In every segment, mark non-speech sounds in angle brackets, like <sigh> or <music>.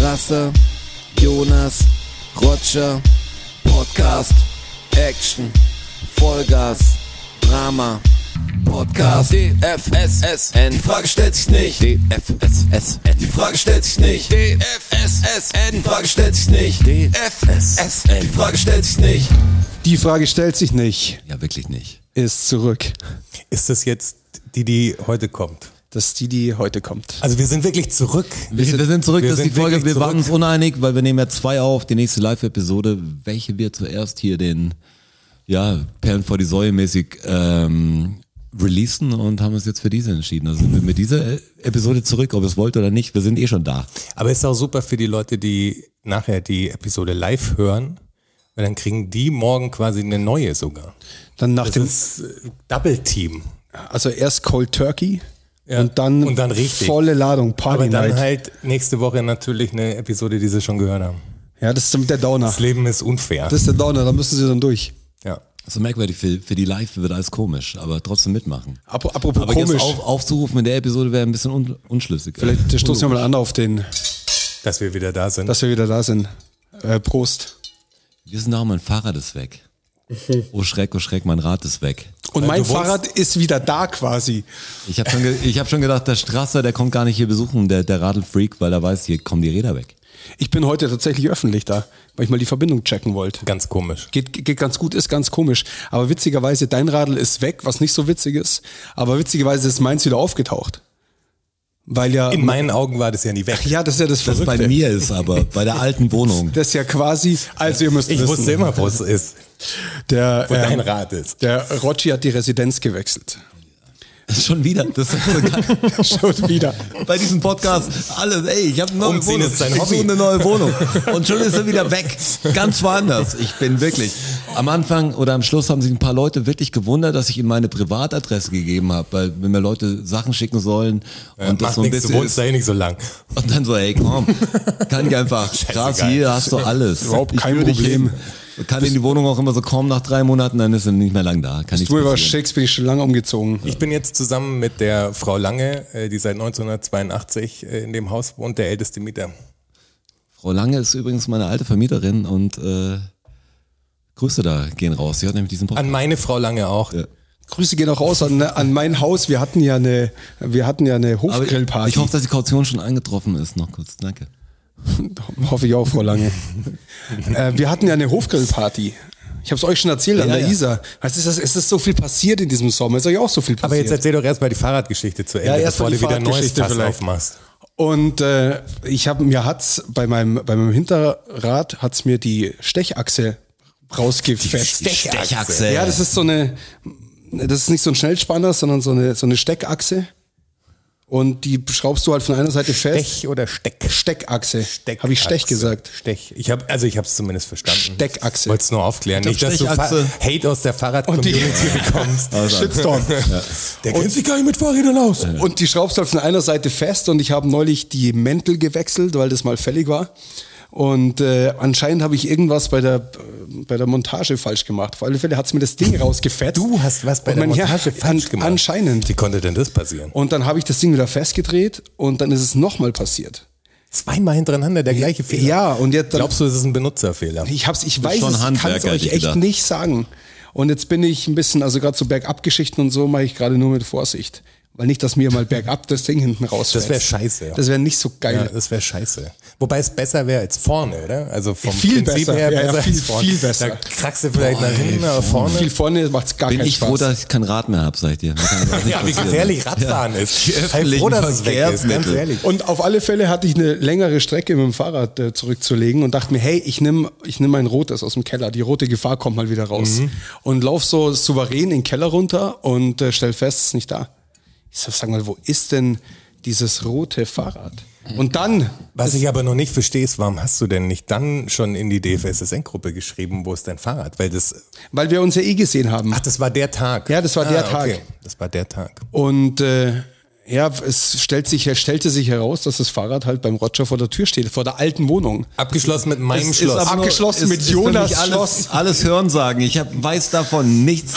Rasse, Jonas, Roger, Podcast, Action, Vollgas, Drama, Podcast, DFSSN, die Frage stellt sich nicht, DFSSN, die Frage stellt sich nicht, DFSSN, die Frage stellt sich nicht, DFSSN, die Frage stellt sich nicht. Die Frage stellt sich nicht, Ja, wirklich nicht. ist zurück. Ist das jetzt die, die heute kommt? Das ist die, die heute kommt. Also wir sind wirklich zurück. Wir sind, wir sind zurück, wir das ist die sind Folge. wirklich Wir waren zurück. uns uneinig, weil wir nehmen ja zwei auf. Die nächste Live-Episode, welche wir zuerst hier den, ja, Perlen vor die Säue mäßig ähm, releasen und haben uns jetzt für diese entschieden. Also sind wir mit dieser äh, Episode zurück, ob ihr es wollt oder nicht. Wir sind eh schon da. Aber ist auch super für die Leute, die nachher die Episode live hören, weil dann kriegen die morgen quasi eine neue sogar. Dann nach Das dem, ist äh, Double Team. also erst Cold Turkey Ja, und dann, und dann richtig. volle Ladung, Party Aber dann Night. halt nächste Woche natürlich eine Episode, die sie schon gehört haben. ja, das ist mit der Downer. Das Leben ist unfair. Das ist der Downer, da müssen sie dann durch. ja. Das ist Also merkwürdig, für, für die Live wird alles komisch, aber trotzdem mitmachen. Ap apropos Aber jetzt komisch, auf, aufzurufen in der Episode wäre ein bisschen un, unschlüssig. Oh. Äh, vielleicht stoßen wir mal an auf den, Dass wir wieder da sind. dass wir wieder da sind. Äh, Prost. Wir sind da, mein Fahrrad ist weg. Oh Schreck, oh Schreck, mein Rad ist weg. Und mein du wolltest- Fahrrad ist wieder da quasi. Ich habe schon, ge ich hab schon gedacht, der Strasser, der kommt gar nicht hier besuchen, der, der Radlfreak, weil er weiß, hier kommen die Räder weg. Ich bin heute tatsächlich öffentlich da, weil ich mal die Verbindung checken wollte. Ganz komisch. Geht, geht ganz gut, ist ganz komisch. Aber witzigerweise, dein Radl ist weg, was nicht so witzig ist. Aber witzigerweise ist meins wieder aufgetaucht. Weil ja. In meinenAugen war das ja nie weg. ja, das ist ja das Das Verrückte. bei mir ist aber, bei der alten Wohnung. Das ist ja quasi, also ihr müsst Ich wissen, wusste immer, wo es ist, der, wo dein ähm, Rat ist. der Rocci hat die Residenz gewechselt. <laughs> Schon wieder. Das ist so geil. Schon wieder. bei diesem Podcast alles, ey, ich habe eine neue Umziehen Wohnung. ist sein ich Hobby. suche eine neue Wohnung. Und schon ist er wieder weg. Ganz woanders. Ich bin wirklich. Am Anfang oder am Schluss haben sich ein paar Leute wirklich gewundert, dass ich ihnen meine Privatadresse gegeben habe, weil wenn mir Leute Sachen schicken sollen und Und das Macht so ein nichts, du bisschen wohnst ist, da eh nicht so lang. und dann so, ey, komm, kann <laughs> ich einfach. Krass, Scheißegal. hier hast du alles. Überhaupt kein führ dich Problem. hin. Man Kann in die Wohnung auch immer so kommen nach drei Monaten, dann ist er nicht mehr lang da. Kann nichts Du über passieren. Shakespeare schon lange umgezogen. Ich bin jetzt zusammen mit der Frau Lange, äh, die seit 1982 äh, in dem Haus wohnt, der älteste Mieter. Frau Lange ist übrigens meine alte Vermieterin und äh, Grüße da gehen raus. Sie hat nämlich diesen Podcast. An meine Frau Lange auch. Ja. Grüße gehen auch raus an, an mein Haus. Wir hatten ja eine, wir hatten ja eine Aber ich, Hofgrillparty. ich hoffe, dass die Kaution schon eingetroffen ist. Noch kurz, danke. Hoffe ich auch, Frau Lange. äh, wir hatten ja eine Hofgrillparty. Ich habe es euch schon erzählt an Ja, der ja. Isar. Was ist das? Es ist so viel passiert in diesem Sommer. Es ist euch auch so viel passiert. Aber jetzt erzähl doch erstmal die Fahrradgeschichte zu Ende, Ja, erst mal bevor die du wieder ein neues Fahrradgeschichte Fass vielleicht. aufmachst. Und äh, ich habe mir hat's bei meinem bei meinem Hinterrad hat's mir die Stechachse rausgefetzt. Stechachse. Ja, das ist so eine, das ist nicht so ein Schnellspanner, sondern so eine, so eine Steckachse. Und die schraubst du halt von einer Seite fest. Stech oder Steck? Steckachse. Habe ich Stech Steckachse. gesagt. Stech. Ich hab, also ich habe es zumindest verstanden. Steckachse. Wollt's nur aufklären. Ich Nicht, glaub, dass du Fa- Stechachse. Hate aus der Fahrrad-Community <laughs> bekommst. Also. <laughs> Shitstorm. Der kennt sich gar nicht mit Fahrrädern aus. Und die schraubst du halt von einer Seite fest und ich habe neulich die Mäntel gewechselt, weil das mal fällig war. Und äh, anscheinend habe ich irgendwas bei der, bei der Montage falsch gemacht. Auf alle Fälle hat's mir das Ding rausgefetzt. Du hast was bei Und der mein- ja, Montage falsch an, gemacht. Anscheinend. Wie konnte denn das passieren? Und dann habe ich das Ding wieder festgedreht und dann ist es nochmal passiert. Zweimal hintereinander der gleiche Fehler. Ja, und jetzt dann- Glaubst du, es ist ein Benutzerfehler? Ich hab's, ich Bist weiß schon es, ich kann's Handwerker, hätte euch ich echt gedacht. nicht sagen. Und jetzt bin ich ein bisschen, also gerade so Bergab-Geschichten und so mache ich gerade nur mit Vorsicht. Weil nicht, dass mir mal bergab das Ding hinten rausfällt. Das wär scheiße, ja. Das wäre nicht so Ja, geil. das wäre scheiße. Wobei es besser wäre als vorne, oder? Also vom Viel Prinzip besser. her Ja, ja, besser viel- als vorne. viel besser. Da krackst du vielleicht nach hinten, aber vorne. Viel vorne macht's gar Bin keinen ich Spaß. froh, dass ich kein Rad mehr habe, seid ihr. Mir kann das auch <laughs> nicht ja, wie passieren. gefährlich Radfahren ist. Die Sei öffentlichen froh, dass es weg ist, ganz Verkehrsmittel. ehrlich. und auf alle Fälle hatte ich eine längere Strecke mit dem Fahrrad äh, zurückzulegen und dachte mir, hey, ich nehme ich nehm mein rotes aus dem Keller. Die rote Gefahr kommt mal wieder raus. Mhm. Und lauf so souverän in den Keller runter und äh, stell fest, es ist nicht da. Ich so, sag mal, wo ist denn dieses rote Fahrrad? Und dann Was ich aber noch nicht verstehe, ist, warum hast du denn nicht dann schon in die DFSSN-Gruppe geschrieben, wo ist dein Fahrrad? Weil das, Weil wir uns ja eh gesehen haben. ach, das war der Tag. Ah, Ja, das war der Tag. Das war der Tag. Und äh, ja, es stellt sich, es stellte sich heraus, dass das Fahrrad halt beim Roger vor der Tür steht, vor der alten Wohnung. Abgeschlossen mit meinem Ist Schloss. aber nur- Abgeschlossen mit für mich Jonas alles, Schloss. Alles hören sagen. Ich hab, weiß davon nichts.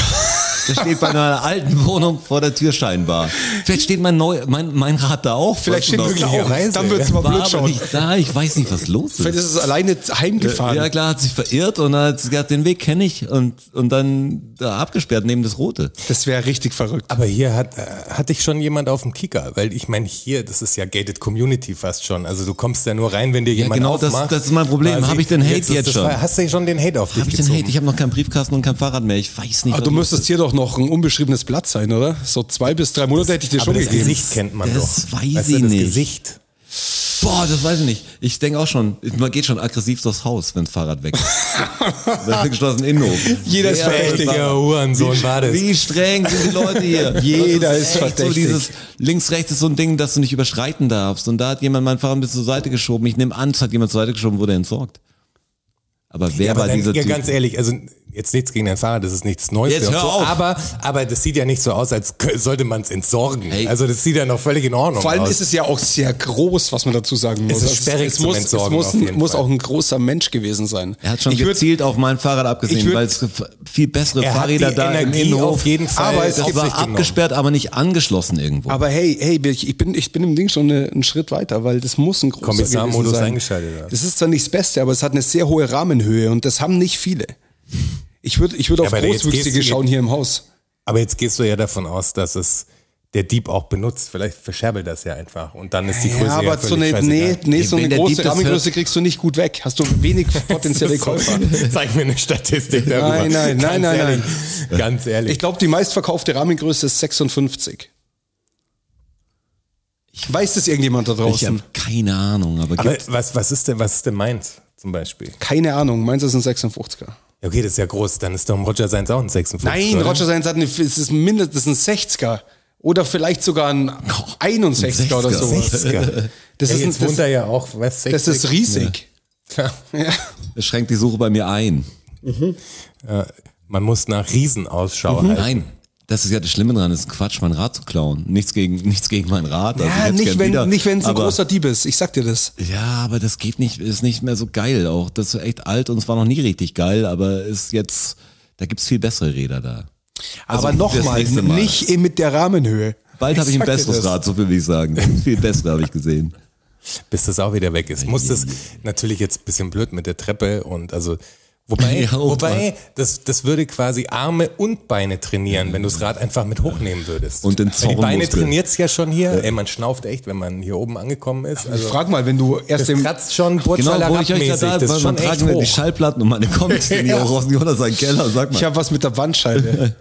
Das steht bei einer alten Wohnung vor der Tür scheinbar. Vielleicht steht mein, neu, mein, mein Rad da auch. Vielleicht steht Weißt wirklich du noch? auch. Reise, Dann wird's mal War blöd aber schauen. nicht da, ich weiß nicht, was los Vielleicht ist. ist es alleine heimgefahren. Ja klar, hat sich verirrt und hat gesagt, den Weg kenne ich und, und dann da abgesperrt neben das Rote. Das wäre richtig verrückt. Aber hier hat, äh, hatte ich schon jemand auf dem Kicker, weil ich meine, hier, das ist ja gated community fast schon. Also du kommst ja nur rein, wenn dir jemand genau, das- aufmacht. das ist mein Problem. Quasi, Hab ich den Hate ist jetzt das- schon? Hast du schon den Hate auf dich Hab ich den gezogen? Hate? Ich habe noch keinen Briefkasten und kein Fahrrad mehr. Ich weiß Aber nicht. was Ah, du los müsstest hier doch noch ein unbeschriebenes Blatt sein, oder? So zwei bis drei Monate hätte ich dir schon Aber das gegeben. Gesicht kennt man das doch. weiß Weißt du, ich das nicht. Gesicht. Boah, das weiß ich nicht. Ich denke auch schon, man geht schon aggressiv durchs Haus, wenn das Fahrrad weg ist. <laughs> das ist geschlossen Innenhof. Jeder ist Wer will verdächtig, Fahrrad? Hurensohn war Wie streng sind die Leute hier? Jeder Das ist echt So verdächtig. dieses links, rechts ist so ein Ding, das du nicht überschreiten darfst. Und da hat jemand mein Fahrrad ein bisschen zur Seite geschoben. Ich nehme an, es hat jemand zur Seite geschoben, wurde entsorgt. Aber wer Ja, aber war dann, dieser ja, Typ? ganz ehrlich, also jetzt nichts gegen dein Fahrrad, das ist nichts Neues. Jetzt und hör so, auf. Aber, aber das sieht ja nicht so aus, als kö- sollte man es entsorgen. Hey. Also das sieht ja noch völlig in Ordnung Vor allem aus. ist es ja auch sehr groß, was man dazu sagen muss. Also ist sperrig es zum muss, es Entsorgen muss, auf ein, jeden muss Fall. auch ein großer Mensch gewesen sein. er hat schon ich würd- gezielt auf mein Fahrrad ich abgesehen, würd- weil es f- viel bessere er hat die Fahrräder da im Energie Innenhof. auf jeden Fall. Aber es das gibt's war nicht genommen. abgesperrt, aber nicht angeschlossen irgendwo. Aber hey, hey, ich ich bin, ich bin im Ding schon eine, einen Schritt weiter, weil das muss ein großer Kommissarmodus gewesen sein. eingeschaltet, ja. Das ist zwar nicht das Beste, aber es hat eine sehr hohe Rahmenhöhe und das haben nicht viele. Ich würde ich würd auf aber jetzt Großwüchsige geht's- schauen hier im Haus. aber jetzt gehst du ja davon aus, dass es der Dieb auch benutzt. Vielleicht verscherbelt das ja einfach und dann ist die Größe Ja, ja, aber ne- völlig so eine, nee, scheißegal. nee, so Wenn eine der große Dieb das Rahmengröße hört- kriegst du nicht gut weg. Hast du <laughs> wenig <laughs> potenzielle Käufer. Zeig mir eine Statistik darüber. Nein, nein, nein, Ganz nein, ehrlich, Ganz ehrlich. Ich glaube, die meistverkaufte Rahmengröße ist 56. Weiß das irgendjemand da ich habe draußen? keine Ahnung, aber, aber gibt's- was, was ist denn, was ist denn meins zum Beispiel? Keine Ahnung, meins ist ein 56er. Ja, Okay, das ist ja groß. Dann ist doch ein Roger Seins auch ein 56. Nein, oder? Roger Sainz hat eine, es ist mindestens ein 60er. Oder vielleicht sogar ein 61er oder so. 60er. Das, Ja, ist, jetzt ein, wohnt er das, ja auch, was, 60? das ist riesig. Klar. Ja. es schränkt die Suche bei mir ein. Ja, <laughs> man muss nach Riesen Ausschau Mhm. halten. Nein. Das ist ja das Schlimme dran, das ist Quatsch, mein Rad zu klauen. Nichts gegen, nichts gegen mein Rad. also <laughs> ich Ja, hätt's nicht gern wenn wieder, nicht, wenn es ein aber- großer Dieb ist. Ich sag dir das. Ja, aber das geht nicht, ist nicht mehr so geil. Auch das ist echt alt und es war noch nie richtig geil, aber ist jetzt, da gibt's viel bessere Räder da. Aber fürs nochmal, nächste Mal. nicht in- mit der Rahmenhöhe. Bald habe ich ein sag dir besseres das. Rad, so viel will <laughs> ich sagen. Viel bessere habe ich gesehen. Bis das auch wieder weg ist. Muss das natürlich jetzt ein bisschen blöd mit der Treppe und also. Wobei, <laughs> Ja, oh wobei das, das würde quasi Arme und Beine trainieren, wenn du das Rad einfach mit hochnehmen würdest. Und den Weil Die Beine Zornmuskel. trainiert's ja schon hier. Ey, man schnauft echt, wenn man hier oben angekommen ist. ich Also, frag mal, wenn du erst das im kratzt schon Genau, wo ich euch Burj Al Arab-mäßig. Das gerade da, ist man schon tragen echt mir hoch. die Schallplatten und meine <laughs> Comics, die auch aus Jonas seinen Keller, sag Ich mal. habe was mit der <laughs> Wandscheibe.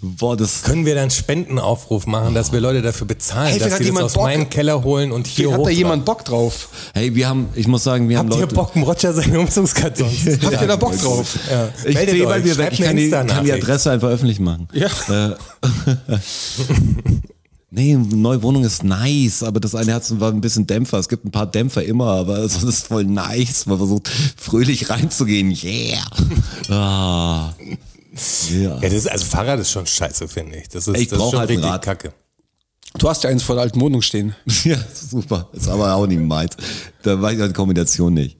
Boah, das, Können wir dann einen Spendenaufruf machen, dass wir Leute dafür bezahlen, Hey, dass hat die das jemand aus Bock? meinem Keller holen und hier Hat da hochtragen? jemand Bock drauf? hey, wir haben, ich muss sagen, wir haben Habt ihr Leute. Bock, dem Roger seine Umzugskartons <laughs> zu Habt ihr da tragen? Bock drauf? Ja. Ich Meldet drehe bei euch, mir weg, schreibt ich eine kann die, kann die Insta-Nachricht. Adresse einfach öffentlich machen. Ja. Äh, <laughs> nee, neue Wohnung ist nice, aber das eine Herz war ein bisschen Dämpfer. Es gibt ein paar Dämpfer immer, aber sonst ist voll nice. Man versucht fröhlich reinzugehen. Yeah. Ah. Ja. <laughs> Ja, das ist, also Fahrrad ist schon scheiße, finde ich. Das ist, Ich das ist brauch schon halt ein richtig Rad. kacke. Du hast ja eins vor der alten Wohnung stehen. <laughs> ja, super. Ist aber auch nicht meins. Da war ich in Kombination nicht.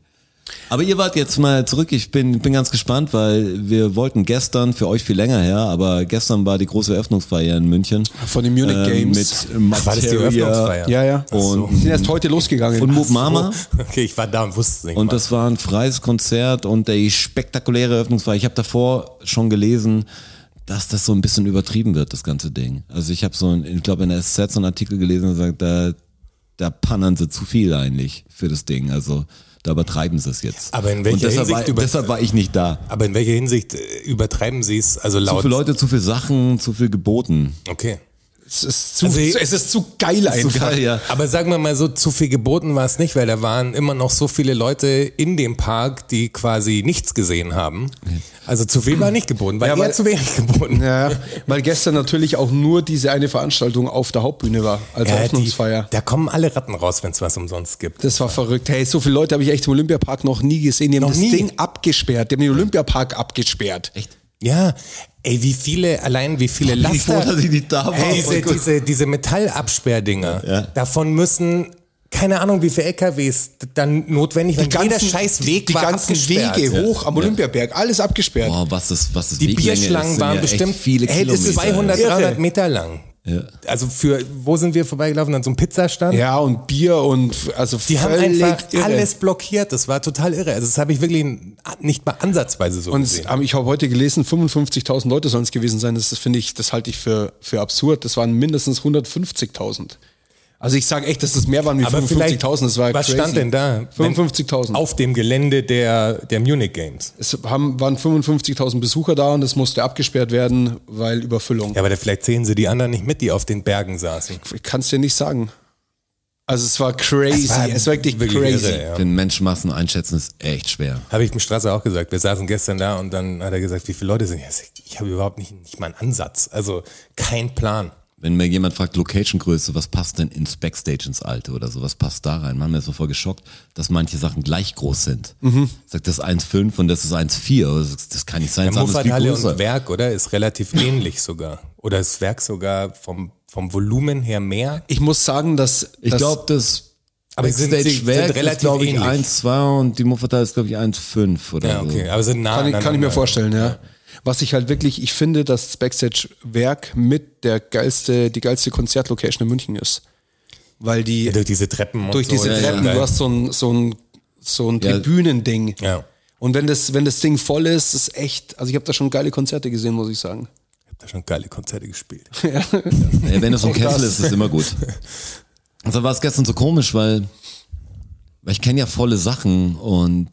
Aber ihr wart jetzt mal zurück. Ich bin, bin ganz gespannt, weil wir wollten gestern, für euch viel länger her, aber gestern war die große Eröffnungsfeier in München. Äh, Von den Munich Games. Mit Materia, War das die Eröffnungsfeier? Ja, ja. Und- sind erst heute losgegangen. Und Move Mama. <laughs> Okay, ich war da und wusste es nicht. Und mal. das war ein freies Konzert und die spektakuläre Eröffnungsfeier. Ich habe davor schon gelesen, dass das so ein bisschen übertrieben wird, das ganze Ding. Also ich habe so, ein, ich glaube in der SZ so einen Artikel gelesen, der sagt, da, da pannern sie zu viel eigentlich für das Ding. Also da übertreiben sie es jetzt. Aber in welcher und deshalb Hinsicht war, über- deshalb war ich nicht da. Aber in welcher Hinsicht äh, übertreiben sie es? Also Zu laut. viele Leute, zu viel Sachen, zu viel geboten. Okay. Es ist zu, Also- es ist zu geil Zu einfach. geil, ja. Aber sagen wir mal so, zu viel geboten war es nicht, weil da waren immer noch so viele Leute in dem Park, die quasi nichts gesehen haben. Also zu viel war nicht geboten, war Ja, ja, eher weil- zu wenig geboten. Ja, weil gestern natürlich auch nur diese eine Veranstaltung auf der Hauptbühne war, als Ja, die, Eröffnungsfeier. da kommen alle Ratten raus, wenn es was umsonst gibt. Das war verrückt. Hey, so viele Leute habe ich echt im Olympiapark noch nie gesehen. Die haben Noch das nie? Ding abgesperrt. Die haben den Olympiapark abgesperrt. Echt? Ja, ey, wie viele, allein wie viele Bin ich froh, Laster. dass ich nicht da war. Oh Hey, diese, Und gut. diese, diese Metallabsperrdinger, davon müssen keine Ahnung, wie viele LKWs dann notwendig waren. Jeder scheiß Weg die, die war ganzen abgesperrt. Wege hoch am Olympiaberg, alles abgesperrt. Boah, was das, was das Die Weglänge ist, Bierschlangen sind waren ja echt bestimmt viele ey, das Kilometer. ist 200, Irre. 300 Meter lang. Ja. Also für, wo sind wir vorbeigelaufen? An so einem Pizzastand? Ja, und Bier und also Die haben völlig einfach irre. alles blockiert. Das war total irre. Also das habe ich wirklich nicht mal ansatzweise so Und gesehen. es- aber ich habe heute gelesen, 55.000 Leute sollen es gewesen sein. Das, das finde ich, das halte ich für, für absurd. Das waren mindestens 150.000. Also ich sage echt, dass das mehr waren wie Aber vielleicht- 55.000. Das war was crazy. stand denn da? 55.000. Auf dem Gelände der, der Munich Games. Es haben, waren 55.000 Besucher da und es musste abgesperrt werden, weil Überfüllung. Ja, aber da vielleicht zählen sie die anderen nicht mit, die auf den Bergen saßen. Ich kann es dir nicht sagen. Also es war crazy. Es war war, wirklich, wirklich crazy. irre, ja. Den Menschenmassen einschätzen ist echt schwer. Habe ich dem Strasser auch gesagt. Wir saßen gestern da und dann hat er gesagt, wie viele Leute sind hier? Ich sag, Ich habe überhaupt nicht, nicht mal einen Ansatz. Also kein Plan. Wenn mir jemand fragt, Location-Größe, was passt denn ins Backstage ins Alte oder so, was passt da rein? Man, mir ist so voll geschockt, dass manche Sachen gleich groß sind. Sagt, das ist 1,5 und das ist 1,4. Aber Das, das kann nicht sein. Ja, das andere ist viel Muffathalle größer. halt und Werk, oder? Ist <laughs> relativ ähnlich sogar. Oder ist Werk sogar vom, vom Volumen her mehr? Ich muss sagen, dass Ich dass- glaube, das Aber sie sind- sie sind relativ ist, glaube ich, ähnlich. 1,2 und die Muffathalle ist, glaube ich, 1,5 oder Ja, okay. Aber sind nah Kann ich, kann ich aneinander. mir vorstellen, ja. Was ich halt wirklich, ich finde, dass das Backstage-Werk mit der geilste, die geilste Konzertlocation in München ist. Weil die Ja, durch diese Treppen und durch so. diese Ja, Treppen, Ja, du hast so ein, so ein, so ein Ja. Tribünending. Ja. Und wenn das, wenn das Ding voll ist, ist echt, also ich habe da schon geile Konzerte gesehen, muss ich sagen. Ich hab da schon geile Konzerte gespielt. so. Ja, wenn es so ein Kessel das. ist, ist es immer gut. Also war es gestern so komisch, weil, weil ich kenne ja volle Sachen und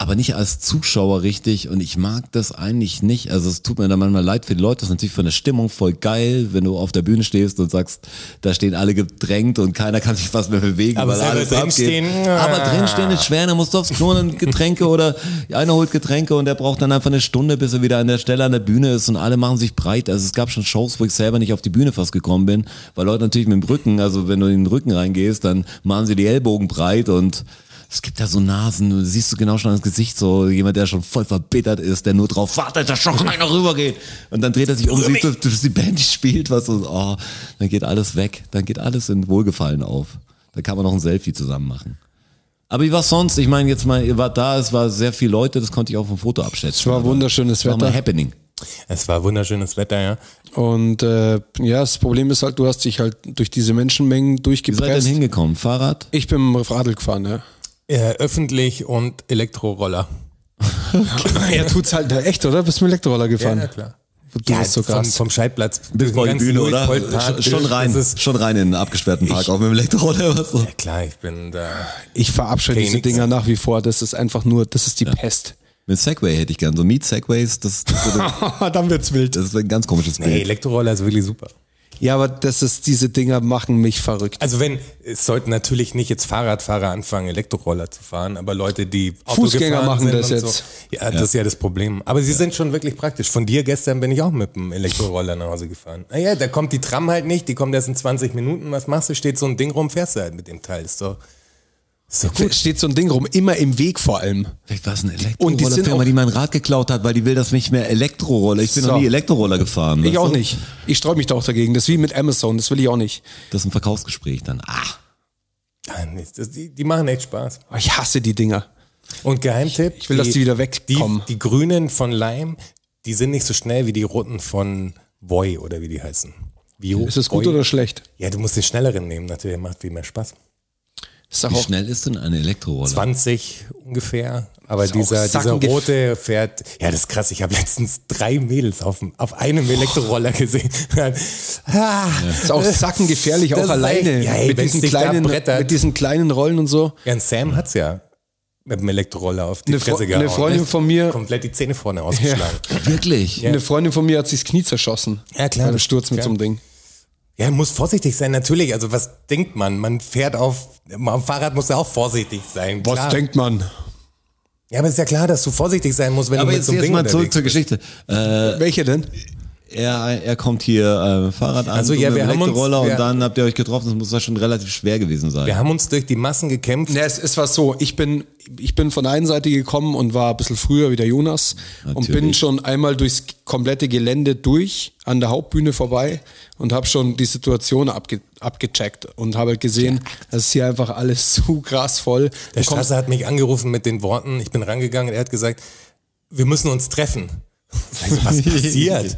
aber nicht als Zuschauer richtig und ich mag das eigentlich nicht. Also es tut mir da manchmal leid für die Leute. Das ist natürlich von der Stimmung voll geil, wenn du auf der Bühne stehst und sagst, da stehen alle gedrängt und keiner kann sich fast mehr bewegen, Aber weil selber alles abgeht. drinstehen, ah. Aber drinstehen ist schwer, dann musst du aufs Klo und dann Getränke oder einer holt Getränke und der braucht dann einfach eine Stunde, bis er wieder an der Stelle an der Bühne ist und alle machen sich breit. Also es gab schon Shows, wo ich selber nicht auf die Bühne fast gekommen bin, weil Leute natürlich mit dem Rücken, also wenn du in den Rücken reingehst, dann machen sie die Ellbogen breit und es gibt da so Nasen, du siehst du genau schon ans Gesicht, so jemand, der schon voll verbittert ist, der nur drauf wartet, dass schon einer rübergeht. Und dann dreht er sich um, sieht, dass dass die Band nicht spielt, was so, oh, dann geht alles weg, dann geht alles in Wohlgefallen auf. Da kann man noch ein Selfie zusammen machen. Aber wie war sonst? Ich meine, jetzt mal, ihr wart da, es war sehr viel Leute, das konnte ich auch vom Foto abschätzen. Es war wunderschönes Es war mal Wetter. Happening. Es war wunderschönes Wetter, ja. Und äh, ja, das Problem ist halt, du hast dich halt durch diese Menschenmengen Wie seid ihr denn durchgepresst. hingekommen? Fahrrad? Ich bin mit dem Radl gefahren, ja. ja. Äh, Öffentlich und Elektroroller. Ja, tut's halt echt, oder? Bist du mit dem Elektroroller gefahren? klar. Du bist so krass. Vom, vom Scheidplatz bis Schon, schon rein, Ist, schon rein in den abgesperrten Park, auch mit dem Elektro oder was so. ja, klar, ich bin da. Ich verabscheue diese nix. Dinger nach wie vor. Das ist einfach nur, das ist die Pest. Mit Segway hätte ich gern. So Meet Segways, das, das, würde- <laughs> Dann wird's wild. das ist ein ganz komisches Nee, Bild. Elektroroller ist wirklich super. Ja, aber das ist, diese Dinger machen mich verrückt. Also wenn, es sollten natürlich nicht jetzt Fahrradfahrer anfangen, Elektroroller zu fahren, aber Leute, die Auto Fußgänger gefahren machen sind das und jetzt. So. Ja, das ist ja das Problem. Aber sie sind schon wirklich praktisch. Von dir gestern bin ich auch mit dem Elektroroller nach Hause gefahren. Naja, da kommt die Tram halt nicht, die kommt erst in 20 Minuten. Was machst du? Steht so ein Ding rum, fährst du halt mit dem Teil. Ist doch, ist doch Also, gut. Steht so ein Ding rum, immer im Weg vor allem. Vielleicht war es eine Und die sind Elektrorollerfirma, auch- die mein Rad geklaut hat, weil die will das nicht mehr Elektroroller. Ich bin So. noch nie Elektroroller gefahren. weißt Ich auch du? nicht. Ich streue mich da auch dagegen. Das ist wie mit Amazon, das will ich auch nicht. Das ist ein Verkaufsgespräch dann. Ah. Nein, das- das- Die, die machen echt Spaß. Aber Ich hasse die Dinger. Und Geheimtipp. Ich will, dass die wieder wegkommen. Die, die Grünen von Leim, die sind nicht so schnell wie die Roten von Voi oder wie die heißen. Vio, Ist das gut Voi. oder schlecht? Ja, du musst den schnelleren nehmen, natürlich macht viel mehr Spaß. Ist doch Wie auch schnell ist denn ein Elektroroller? 20 ungefähr, aber auch dieser, dieser sackengef- rote fährt, ja, das ist krass, ich habe letztens drei Mädels auf, dem- auf einem Elektroroller gesehen. <laughs> ah, ist auch sackengefährlich, Das auch ist alleine. echt- ja, ey, mit, wenn's diesen dich da kleinen, brettert. mit diesen kleinen Rollen und so. ja, und Sam hat's ja mit dem Elektroroller auf die Eine Fre- Fresse gehauen. eine Freundin von mir- Komplett die Zähne vorne ausgeschlagen. Wirklich? Eine Freundin von mir hat sich das Knie zerschossen. Ja, klar. Beim Sturz mit Klar. so einem Ding. Ja, muss vorsichtig sein, natürlich. Also was denkt man? Man fährt auf, am Fahrrad muss ja auch vorsichtig sein. Klar. denkt man? Ja, aber ist ja klar, dass du vorsichtig sein musst, wenn Aber du mit jetzt, so einem jetzt Ding mal zurück unterwegs zur Geschichte. Äh, Welche denn? er, er kommt hier äh, Fahrrad an, Also, du ja, mit wir dem haben uns- Elektroroller ja. und dann habt ihr euch getroffen. Das muss ja schon relativ schwer gewesen sein. Wir haben uns durch die Massen gekämpft. Ne, es, es war so, ich bin, ich bin von der einen Seite gekommen und war ein bisschen früher wie der Jonas und bin Natürlich. schon einmal durchs komplette Gelände durch, an der Hauptbühne vorbei und habe schon die Situation abge, abgecheckt und habe halt gesehen, das ist hier einfach alles <laughs> zu krass voll. Der Du kommst- Strasser hat mich angerufen mit den Worten, ich bin rangegangen, er hat gesagt, wir müssen uns treffen. Sag ich so, <laughs> Was passiert?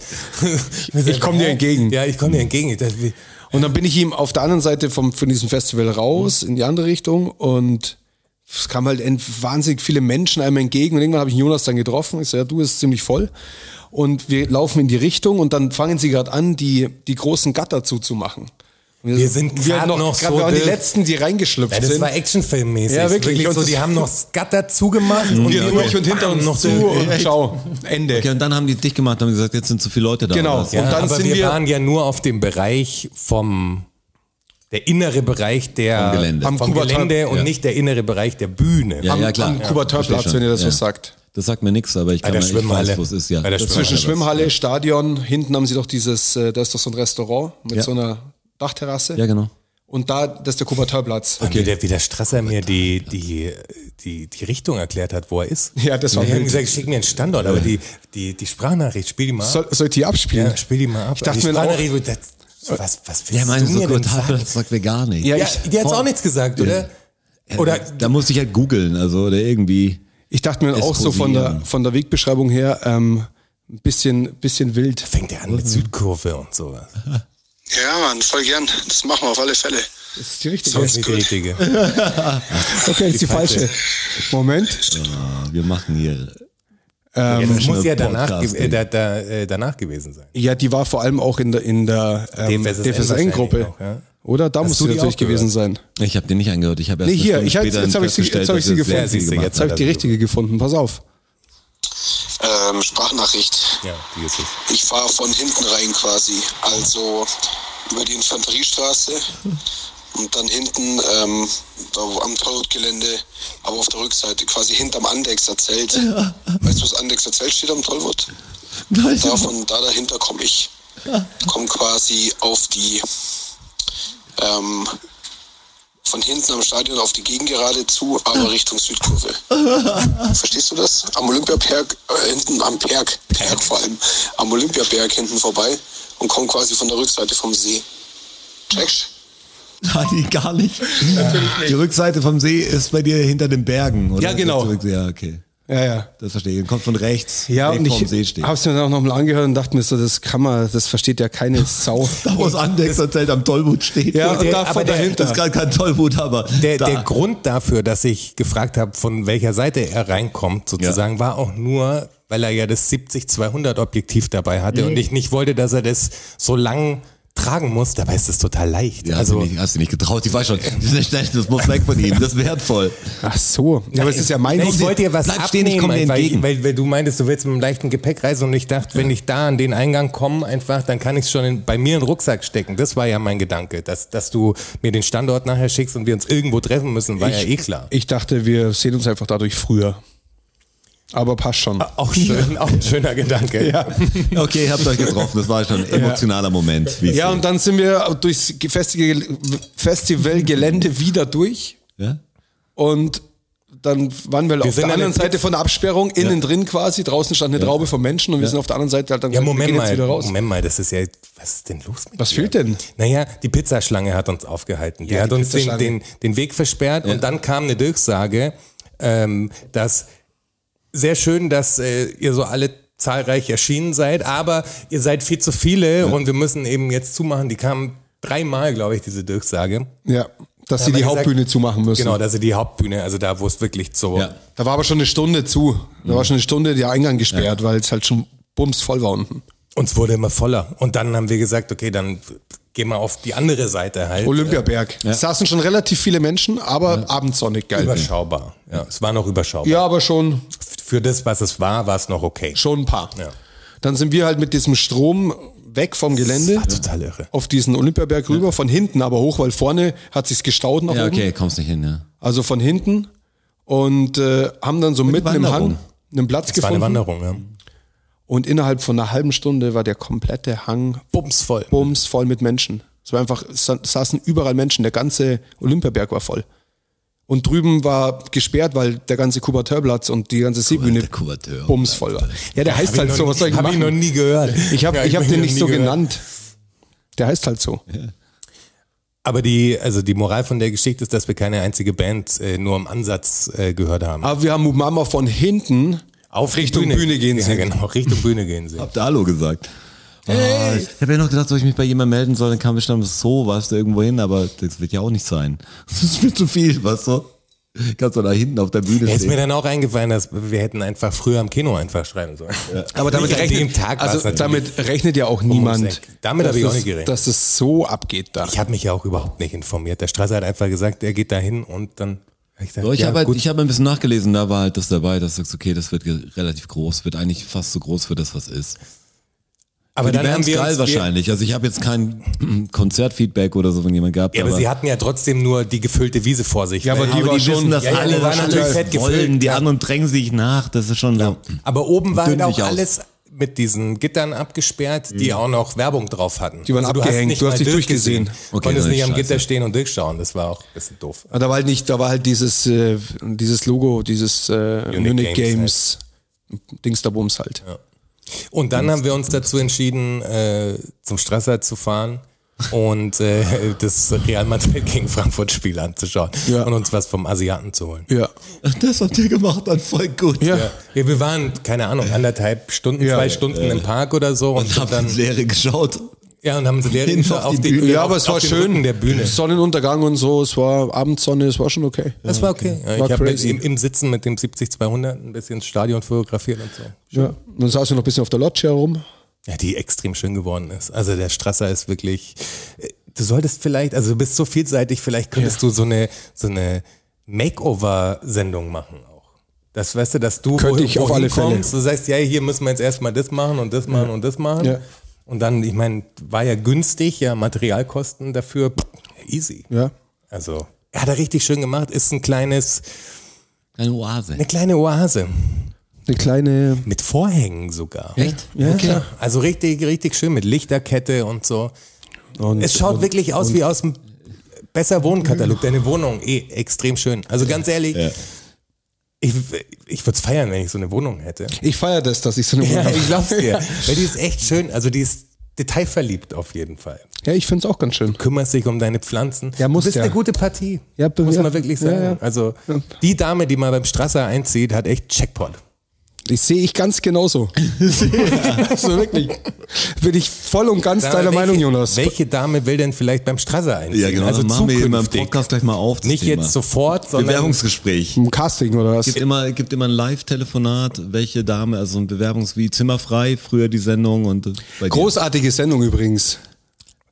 Also, ich komm dir entgegen. Ja, ich komme dir entgegen. Ich dachte, wie- Und dann bin ich ihm auf der anderen Seite vom, von diesem Festival Mhm. raus in die andere Richtung und es kamen halt ent- wahnsinnig viele Menschen einem entgegen und irgendwann habe ich Jonas dann getroffen. Ich so, ja, du ist ziemlich voll. Und wir laufen in die Richtung und dann fangen sie gerade an, die, die großen Gatter zuzumachen. Und Wir sind grad noch grad- so wir waren die wild. letzten, die reingeschlüpft Ja, das sind. war Actionfilmmäßig. Ja, wirklich. Und so, das- die <laughs> haben noch Scatter zugemacht und Wir durch und hinter bam, uns noch noch zu so. und ciao. Ende. Okay, und dann haben die dich gemacht und haben gesagt, jetzt sind zu viele Leute da. Genau. oder was? Ja, Und dann aber sind wir, wir- waren ja nur auf dem Bereich vom der innere Bereich der Vom Gelände. vom Am Kuba- Gelände und Ja. nicht der innere Bereich der Bühne. Ja, Am- ja, klar. Am Kuba-Törplatz, verstehe wenn ihr das schon. so sagt. Das sagt mir nichts, aber ich kann der mir ich Schwimmhalle. weiß, wo es ist. Ja. Bei der Das Schwimmhalle. Zwischen sagt mir was. Schwimmhalle, Stadion, hinten haben sie doch dieses, äh, da ist doch so ein Restaurant mit Ja. so einer Dachterrasse. Ja, genau. Und da, das ist der Kubateurplatz. Und Wie, der, wie der Strasser mir die, die, die, die Richtung erklärt hat, wo er ist. Ja, das war Wir haben wild. gesagt, schick mir einen Standort, aber die, die, die Sprachnachricht, spiel die mal ab. Soll, soll ich die abspielen? ja, spiel die mal ab. Ich dachte die mir auch, Sprachnachricht, das, was, was willst Der meinte du so mir denn gut, sagen? das sagt mir gar nichts. Ja, Ja, ich- die hat auch nichts gesagt, oder? Oder Da musste ich halt googeln, also oder irgendwie. ich dachte mir auch so von der, von der Wegbeschreibung her, ähm, ein bisschen, bisschen wild. fängt er an mit Südkurve und sowas. Ja, Mann, voll gern. Das machen wir auf alle Fälle. Das ist die richtige. Das ist nicht die richtige. Okay, ist die falsche. Moment. Ah, wir machen hier. Ja, das muss National ja danach, Podcasting. ge- äh, da, da, äh, danach gewesen sein. Ja, die war vor allem auch in der, in der ähm, DFSSN DFSN-Gruppe. wahrscheinlich auch, ja. Oder? Da musst du du die natürlich auch gehört? gewesen sein. Ich habe den nicht angehört. Ich habe erst Nee, eine hier, Stunde ich hab- später jetzt hab ich sie- festgestellt, jetzt hab ich dass sie das gefunden. sehr viel Siehst du, gemacht jetzt Jetzt habe ich die richtige gefunden. Pass auf. Ähm, Sprachnachricht. Ja, die ist es. Ich fahre von hinten rein quasi. Also über die Infanteriestraße und dann hinten ähm, da wo- am Tollwood-Gelände, aber auf der Rückseite, quasi hinterm Andexer Zelt. Weißt du, was Andexer Zelt steht am Tollwood? <laughs> Nein, Da von da dahinter komme ich. Komme quasi auf die ähm, von hinten am Stadion auf die Gegengerade zu, aber Richtung Südkurve. Verstehst du das? Am Olympiaberg, äh, hinten am Berg, Berg vor allem, am Olympiaberg hinten vorbei und komme quasi von der Rückseite vom See. Checkst? Nein, gar nicht. Die Rückseite vom See ist bei dir hinter den Bergen, oder? Ja, genau. Zurück- Ja, okay. Ja, ja. Das verstehe ich. Dann kommt von rechts, Ja, direkt und vorm See ich <laughs> steht. hab's mir dann auch nochmal angehört und dachte mir so, das kann man, das versteht ja keine Sau. <laughs> Da, wo das Andexer-Zelt am Tollwut steht. Ja, und der- da aber von der- dahinter. Das ist gerade kein Tollwut, aber Der, da. der Grund dafür, dass ich gefragt habe, von welcher Seite er reinkommt, sozusagen, war auch nur, weil er ja das 70-200 Objektiv dabei hatte und ich nicht wollte, dass er das so lang tragen muss. Dabei ist es total leicht. ja, also, also, hast, du nicht, hast du nicht getraut, ich weiß schon. Schnell, schnell, das muss weg von ihm, das ist wertvoll. Ach so. Ja, aber es ist ja mein Nein, ich wollte dir was Bleib stehen, abnehmen, ich komm dir weil, entgegen. weil, weil du meintest, du willst mit einem leichten Gepäck reisen und ich dachte, wenn ich da an den Eingang komme, einfach, dann kann ich es schon in, bei mir in den Rucksack stecken. Das war ja mein Gedanke, dass, dass du mir den Standort nachher schickst und wir uns irgendwo treffen müssen, war ja eh klar. Ich dachte, wir sehen uns einfach dadurch früher. Aber passt schon. Auch schön, auch ein schöner Gedanke. Okay, ihr habt euch getroffen, das war schon ein emotionaler Moment. Wie ich Ja, sehe. und dann sind wir durchs Ge- Festival- Festivalgelände wieder durch ja? und dann waren wir, auf sind der an anderen der Seite von der Absperrung, innen drin quasi, draußen stand eine Traube von Menschen und wir sind auf der anderen Seite halt dann Ja, gesagt, wir Moment gehen jetzt mal, wieder raus. Moment mal, das ist ja, was ist denn los mit Was dir? fehlt denn? Naja, die Pizzaschlange hat uns aufgehalten. Die Ja, hat die uns den, Pizzaschlange. den, den Weg versperrt und dann kam eine Durchsage, ähm, dass sehr schön, dass äh, ihr so alle zahlreich erschienen seid, aber ihr seid viel zu viele und wir müssen eben jetzt zumachen. Die kamen dreimal, glaube ich, diese Durchsage. Ja, dass sie haben die wir Hauptbühne gesagt- zumachen müssen. Genau, dass ihr die Hauptbühne, also da, wo es wirklich so Ja. Da war aber schon eine Stunde zu. Mhm. Da war schon eine Stunde der Eingang gesperrt, weil es halt schon bums voll war unten. uns wurde immer voller. Und dann haben wir gesagt, okay, dann gehen wir auf die andere Seite halt. Olympiaberg. Es saßen schon relativ viele Menschen, aber abendsonnig geil. Überschaubar. Ja, es war noch überschaubar. Ja, aber schon, Für das, was es war, war es noch okay. schon ein paar. Ja. Dann sind wir halt mit diesem Strom weg vom Gelände War total irre. auf diesen Olympiaberg rüber, von hinten aber hoch, weil vorne hat sich's gestaut nach ja, oben. okay, kommst nicht hin, ja. Also von hinten und äh, haben dann so mitten im Wanderung. Hang einen Platz Es war eine gefunden Wanderung, ja. Und innerhalb von einer halben Stunde war der komplette Hang Bumsvoll. bums voll mit Menschen. Es war einfach, es sa- saßen überall Menschen, der ganze Olympiaberg war voll. Und drüben war gesperrt, weil der ganze Kuba-Törplatz und die ganze Seebühne Kubateur. bumsvoll war. Ja, der heißt halt so, was soll ich Habe ich machen? noch nie gehört. Ich habe Ja, ich hab bin den noch nicht nie so gehört. genannt. Der heißt halt so. Aber die, also die Moral von der Geschichte ist, dass wir keine einzige Band äh, nur im Ansatz äh, gehört haben. Aber wir haben Mama von hinten Auf Ah, Richtung Bühne gehen ja, sehen. genau, Richtung Bühne gehen sehen. Habt ihr Hallo gesagt. Oh, Ich habe ja noch gedacht, soll ich mich bei jemandem melden soll, dann kam bestimmt so, warst du irgendwo hin, aber das wird ja auch nicht sein. <laughs> Das ist mir zu viel, weißt du? Kannst du da hinten auf der Bühne Ja, ist mir stehen. dann auch eingefallen, dass wir hätten einfach früher am Kino einfach schreiben sollen. Aber damit Nicht an rechnet, dem Tag war's also natürlich. damit rechnet ja auch niemand. Eck. Damit dass hab ich auch es- nicht gerechnet. Dass es so abgeht da. Ich habe mich ja auch überhaupt nicht informiert. Der Strasser hat einfach gesagt, er geht da hin und dann. hab Ich, gesagt, Aber ich ja, habe halt, gut. ich habe ein bisschen nachgelesen, da war halt das dabei, dass du sagst, okay, das wird ge- relativ groß, wird eigentlich fast so groß für das, was ist. aber die dann haben Band's wir geil uns, wahrscheinlich. also ich habe jetzt kein <clears throat> Konzertfeedback oder so von jemandem gehabt. Wir, ja, aber, sie hatten ja trotzdem nur die gefüllte Wiese vor sich. Ja, aber Weil- die war schon- wissen, dass Ja, ja, alle die waren wahrscheinlich natürlich fett wollen, gefüllt, Die ja. anderen drängen sich nach, das ist <laughs> schon so. aber oben war halt Dünn auch nicht aus. alles mit diesen Gittern abgesperrt, die auch noch Werbung drauf hatten. Also Die waren abgehängt, du hast mal dich Dirk durchgesehen. Du Okay, konntest dann nicht am scheiße. Gitter stehen und durchschauen. Das war auch ein bisschen doof. Aber Da war halt nicht, da war halt dieses, äh, dieses Logo, dieses äh, Munich, Games, Games, halt. Dings da Bums halt. Und dann haben wir uns dazu entschieden, äh, zum Strasser zu fahren und äh, das Real Madrid gegen Frankfurt Spiel anzuschauen Ja. und uns was vom Asiaten zu holen. Ja. Das habt ihr gemacht, dann voll gut. Ja. Ja, wir waren, keine Ahnung, anderthalb Stunden, Ja. zwei Stunden im Park oder so und, Und sind habt ins dann, Leere geschaut. ja, und haben sie der Hin auf auf, die die Bühne. Bühne. Ja, aber es auf war den schön. Rücken Der Bühne. Sonnenuntergang und so, es war Abendsonne, es war schon okay. Das war okay. Ja, War ich habe crazy. im, im Sitzen mit dem 70-200 ein bisschen das Stadion fotografiert und so. Ja. Und Dann saßen wir noch ein bisschen auf der Lodge herum. Ja, die extrem schön geworden ist. Also der Strasser ist wirklich. äh, Du solltest vielleicht, also du bist so vielseitig, vielleicht könntest du so eine so eine Makeover-Sendung machen auch. Das weißt du, dass du Könnte ich auf alle kommst, du sagst, ja, hier müssen wir jetzt erstmal das machen und das machen und das machen. Ja. Und dann, ich meine, war ja günstig, ja, Materialkosten dafür, pff, easy. Ja. Also, er hat er richtig schön gemacht, ist ein kleines, Eine Oase. eine kleine Oase. Eine kleine. Mit Vorhängen sogar. Echt? Ja, okay. klar. Also richtig, richtig schön mit Lichterkette und so. Und, Es schaut und, wirklich aus wie aus dem besser Wohnkatalog. Deine Wohnung, eh, extrem schön. Also ganz ehrlich, ich, ich würde es feiern, wenn ich so eine Wohnung hätte. Ich feiere das, dass ich so eine Wohnung Ja, habe. ich <laughs> glaub's dir. Weil die ist echt schön. Also die ist detailverliebt auf jeden Fall. Ja, ich finde es auch ganz schön. Kümmerst dich um deine Pflanzen. Ja, muss du bist ja. eine gute Partie. Ja, be- muss ja. man wirklich Ja, sagen. ja. Also Ja. die Dame, die mal beim Strasser einzieht, hat echt Checkpot. Ich sehe ich ganz genauso. <laughs> also wirklich. Bin ich voll und ganz Sag mal, deiner welche- Meinung, Jonas. Welche Dame will denn vielleicht beim Strasser einziehen? <laughs> Ja, genau. Also Also machen wir hier mal im zukünftig. Podcast gleich mal auf. das Nicht Thema. jetzt sofort, sondern Bewerbungsgespräch. Im Casting oder was? Gibt immer, gibt immer ein Live-Telefonat, welche Dame, also ein Bewerbungs wie Zimmerfrei, früher die Sendung und äh, bei dir. Großartige Sendung übrigens.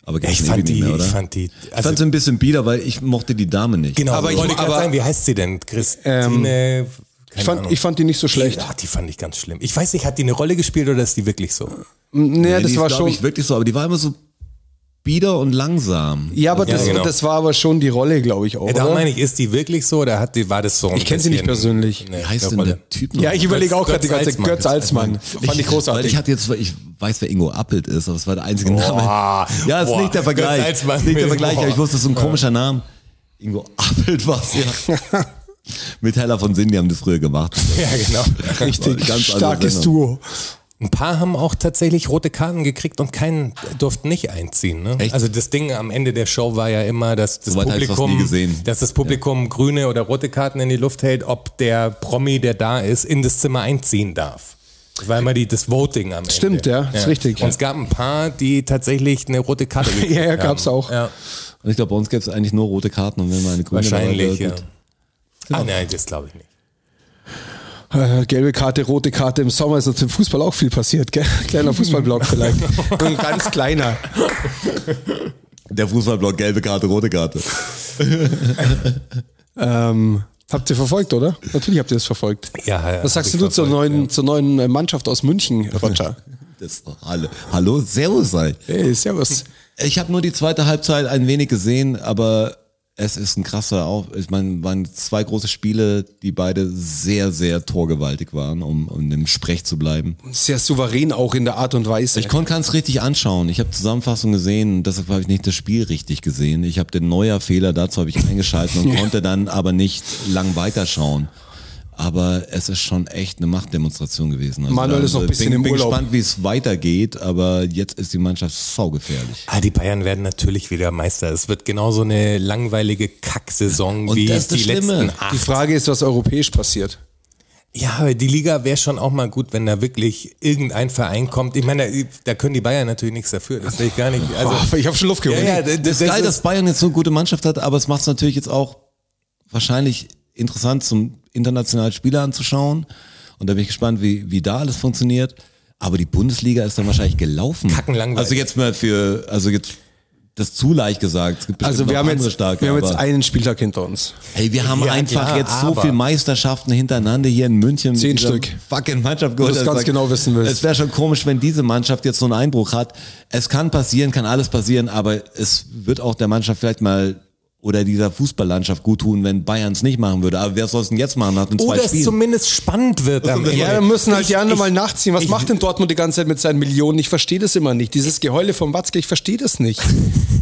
Aber Ja, gibt's ich irgendwie fand die, nicht mehr, oder? ich fand die, also Ich also fand's ein bisschen bieder, weil ich mochte die Dame nicht. genau, aber aber ich- ich wollte gerade aber- sagen, wie heißt sie denn? Christine, keine Ich fand, Ahnung. ich fand die nicht so schlecht. Ach, die fand ich ganz schlimm. Ich weiß nicht, hat die eine Rolle gespielt oder ist die wirklich so? Nee, Ja, das die war ist, glaub schon. ich wirklich so, aber die war immer so bieder und langsam. Ja, aber Ja, das, genau. das war aber schon die Rolle, glaube ich, auch. Ja, Äh, da oder? meine ich, ist die wirklich so oder hat die, war das so? ein Ich kenn sie nicht bisschen- persönlich. Nee, Wie heißt eine denn Rolle. der Typ noch? ja, ich überlege auch gerade die ganze Zeit. Alsmann. Götz Alsmann. Fand ich Weil ich großartig. hatte jetzt, ich weiß, wer Ingo Appelt ist, aber es war der einzige Boah, Name. Ja, ist boah, nicht der Vergleich. Götz Alsmann. Ist nicht der Vergleich, aber ich Boah. wusste, es ist so ein komischer Name. Ingo Appelt war's ja. Mit Hella von Sinn, die haben das früher gemacht. Ja, genau. Richtig, Ganz andere starkes Sendung. Duo. Ein paar haben auch tatsächlich rote Karten gekriegt und keinen durften nicht einziehen. Ne? Echt? Also das Ding am Ende der Show war ja immer, dass das Soweit hab ich fast nie Publikum, gesehen. dass das Publikum grüne oder rote Karten in die Luft hält, ob der Promi, der da ist, in das Zimmer einziehen darf. Das war immer die, das Voting am Ende. Stimmt, ja, ist richtig. Und es gab ein paar, die tatsächlich eine rote <laughs> Karte gekriegt Ja, ja, gab's haben. auch. Ja, Und ich glaube, bei uns gäbe es eigentlich nur rote Karten und wenn man eine grüne wahrscheinlich, dabei ja. wäre, gut. Genau. Ah, nein, das glaube ich nicht. Äh, Gelbe Karte, rote Karte. Im Sommer ist uns im Fußball auch viel passiert. Gell? <laughs> <laughs> Kleiner Fußballblock vielleicht. Ein ganz kleiner. Der Fußballblock, gelbe Karte, rote Karte. Ähm, habt ihr verfolgt, oder? Natürlich habt ihr das verfolgt. Ja, ja, Was sagst hab ich du zur verfolgt, neuen, zur neuen äh, Mannschaft aus <laughs> München, Roger? Das ist doch alle. Hallo, Servus. ey. Hey, servus. Ich habe nur die zweite Halbzeit ein wenig gesehen, aber es ist ein krasser Auf. Ich meine, waren zwei große Spiele, die beide sehr, sehr torgewaltig waren, um, um im Sprech zu bleiben. Sehr souverän auch in der Art und Weise. Ich konnte keins richtig anschauen. Ich habe Zusammenfassung gesehen, deshalb habe ich nicht das Spiel richtig gesehen. Ich habe den neuer Fehler, dazu habe ich eingeschaltet <laughs> und konnte dann aber nicht lang weiterschauen. Aber es ist schon echt eine Machtdemonstration gewesen. Also Manuel da- ist noch ein bisschen bin, im bin Urlaub. gespannt, wie es weitergeht, aber jetzt ist die Mannschaft saugefährlich. Ah, die Bayern werden natürlich wieder Meister. Es wird genauso eine langweilige Kacksaison Und wie das ist das die Schlimme. letzten acht. Die Frage ist, was europäisch passiert. Ja, aber die Liga wäre schon auch mal gut, wenn da wirklich irgendein Verein kommt. Ich meine, da, da können die Bayern natürlich nichts dafür. Das will ich gar nicht. Also, Oh, ich habe schon Luft geholt. ja, d- d- Das ist geil, dass Bayern jetzt so eine gute Mannschaft hat, aber es macht es natürlich jetzt auch wahrscheinlich interessant, zum internationalen Spieler anzuschauen. Und da bin ich gespannt, wie, wie da alles funktioniert. Aber die Bundesliga ist dann wahrscheinlich gelaufen. Kackenlangweilig. Also jetzt mal für, also jetzt das zu leicht gesagt. Es gibt bestimmt Also wir noch haben, andere jetzt, starke, wir haben jetzt aber- einen Spieltag hinter uns. Hey, wir haben Ja, einfach klar, jetzt so aber- viel Meisterschaften hintereinander hier in München. mit Zehn dieser Stück. Fucking Mannschaft Wo du es ganz genau wissen willst. Es wäre schon komisch, wenn diese Mannschaft jetzt so einen Einbruch hat. Es kann passieren, kann alles passieren, aber es wird auch der Mannschaft vielleicht mal oder dieser Fußballlandschaft gut tun, wenn Bayern es nicht machen würde. Aber wer soll es denn jetzt machen nach Oh, den zwei oder es Spielen? zumindest spannend wird. Am Ende. Ja, wir müssen halt die anderen mal nachziehen. Was macht denn Dortmund die ganze Zeit mit seinen Millionen? Ich verstehe das immer nicht. Dieses Geheule vom Watzke, ich verstehe das <laughs> nicht.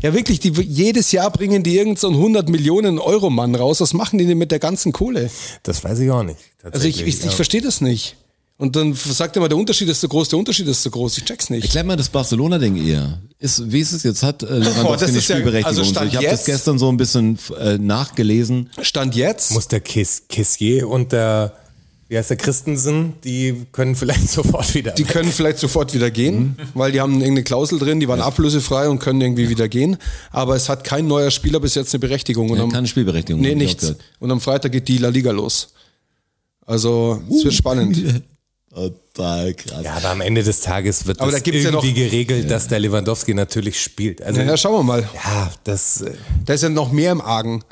Ja, wirklich, die, jedes Jahr bringen die irgendeinen so einen 100 Millionen Euro Mann raus. Was machen die denn mit der ganzen Kohle? Das weiß ich auch nicht. Also ich, ich, ich ja. verstehe das nicht. Und dann sagt immer, der Unterschied ist so groß, der Unterschied ist so groß. Ich check's nicht. Erklär mal das Barcelona-Ding eher. Ist, wie ist es <laughs> jetzt? Hat äh, Lewandowski Oh, das eine ist ja- Spielberechtigung? also und so? Stand ich habe das jetzt- gestern so ein bisschen äh, nachgelesen. Stand jetzt? Muss der Kiss, Kissier und der, wie heißt der, Christensen, die können vielleicht <laughs> sofort wieder. Die können vielleicht sofort wieder Mhm. gehen, weil die haben irgendeine Klausel drin, die waren ablösefrei und können irgendwie wieder gehen. Aber es hat kein neuer Spieler bis jetzt eine Berechtigung. Und Ja, am- keine Spielberechtigung, Nee, hab ich auch nichts. gehört. Und am Freitag geht die La Liga los. Also, es Uh. wird <laughs> spannend. Total krass. ja, aber am Ende des Tages wird Aber das da gibt's ja irgendwie noch- geregelt, dass der Lewandowski natürlich spielt. Also, Ja, schauen wir mal. ja, das, äh, Da ist ja noch mehr im Argen.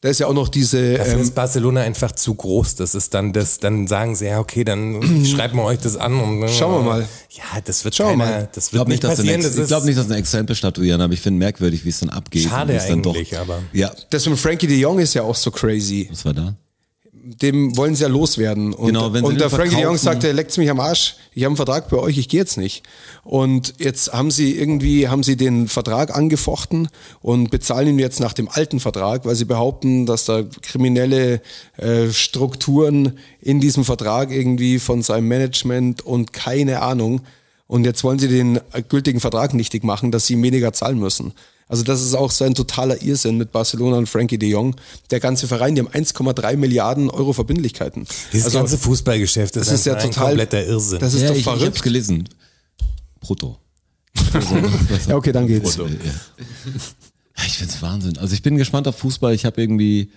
Da ist ja auch noch diese. dafür Ähm, ist Barcelona einfach zu groß. Das ist dann das, dann sagen sie, ja, okay, <clears throat> dann schreiben wir euch das an. Und, äh, Schauen wir mal. Ja, das wird Schauen wir keiner, mal. das Ich wird glaube nicht, nicht dass sie passieren. ein Ex- Das ich ist, glaub nicht, dass sie ein Exempel statuieren, aber ich finde merkwürdig, wie es dann abgeht. Schade und wie es dann eigentlich, aber- Ja, das mit Frankie de Jong ist ja auch so crazy. was war da? Dem wollen sie ja loswerden. Und, Genau, wenn sie und den der Frankie de Jong verkaufen- sagt, er leckt's mich am Arsch. Ich habe einen Vertrag bei euch, ich gehe jetzt nicht. Und jetzt haben sie irgendwie, haben sie den Vertrag angefochten und bezahlen ihn jetzt nach dem alten Vertrag, weil sie behaupten, dass da kriminelle äh, Strukturen in diesem Vertrag irgendwie von seinem Management und keine Ahnung. Und jetzt wollen sie den äh, gültigen Vertrag nichtig machen, dass sie ihm weniger zahlen müssen. Also das ist auch so ein totaler Irrsinn mit Barcelona und Frankie de Jong. Der ganze Verein, die haben 1,3 Milliarden Euro Verbindlichkeiten. dieses Also- ganze Fußballgeschäft ist, das ist ja einfach ein total- kompletter Irrsinn. Das ist ja, doch ich, ich hab's verrückt. gelesen. Brutto. ja, okay, dann geht's. Brutto. Ja. Ich find's Wahnsinn. Also ich bin gespannt auf Fußball. Ich habe irgendwie,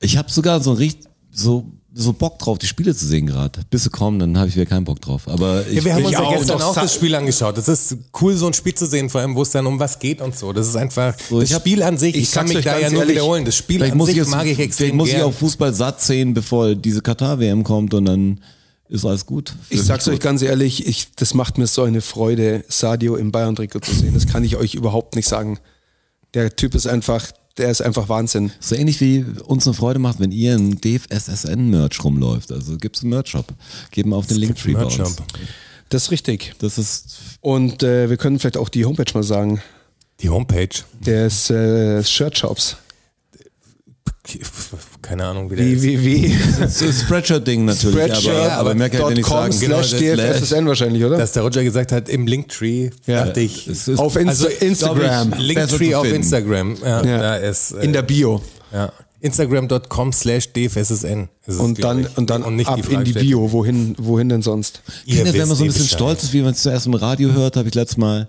ich habe sogar so richtig, so so Bock drauf, die Spiele zu sehen gerade. Bis sie kommen, dann habe ich wieder keinen Bock drauf. Aber ich, Ja, wir haben ich uns ja auch, gestern doch, auch das sa- Spiel angeschaut. Das ist cool, so ein Spiel zu sehen, vor allem, wo es dann um was geht und so. Das ist einfach So, das ich hab- Spiel an sich. Ich, ich sag's kann mich euch da ja ganz nur ehrlich, wiederholen. Das Spiel vielleicht an muss sich ich, jetzt, mag ich vielleicht extrem muss ich gern. auch Fußball satt sehen, bevor diese Katar WM kommt und dann ist alles gut. Ich sag's euch ganz ehrlich, ich, das macht mir so eine Freude, Sadio im Bayern-Trikot zu sehen. Das kann ich euch überhaupt nicht sagen. Der Typ ist einfach, der ist einfach Wahnsinn. So ähnlich wie uns eine Freude macht, wenn ihr ein DFSSN-Merch rumläuft. Also gibt's einen Merch-Shop. Geben auf den Linktree bei Merch uns. Shop. Das ist richtig. Das ist Und äh, wir können vielleicht auch die Homepage mal sagen, Die Homepage. des äh, Shirtshops. <laughs> Keine Ahnung, wie der ist. www.dfssn so ein Spreadshirt-Ding natürlich, Spreadshirt, aber, aber mehr kann ich dir nicht sagen. Genau, genau, slash DFSSN wahrscheinlich, oder? Dass der Roger gesagt hat, im Linktree, Ja. dachte ich. Es ist- auf Insta Instagram. glaub besser Also, Linktree zu auf finden. Instagram. Ja, Ja. Da ist, äh, in der Bio. ja. Instagram.com slash dfssn. ist es, Und glaub dann, ich. und dann nicht ab die in die Fragestellung. Bio. Wohin, wohin denn sonst? Ihr Kinder, wenn man wisst so ein eh bisschen Bescheid. stolz ist, wie man es zuerst im Radio hört, habe ich letztes Mal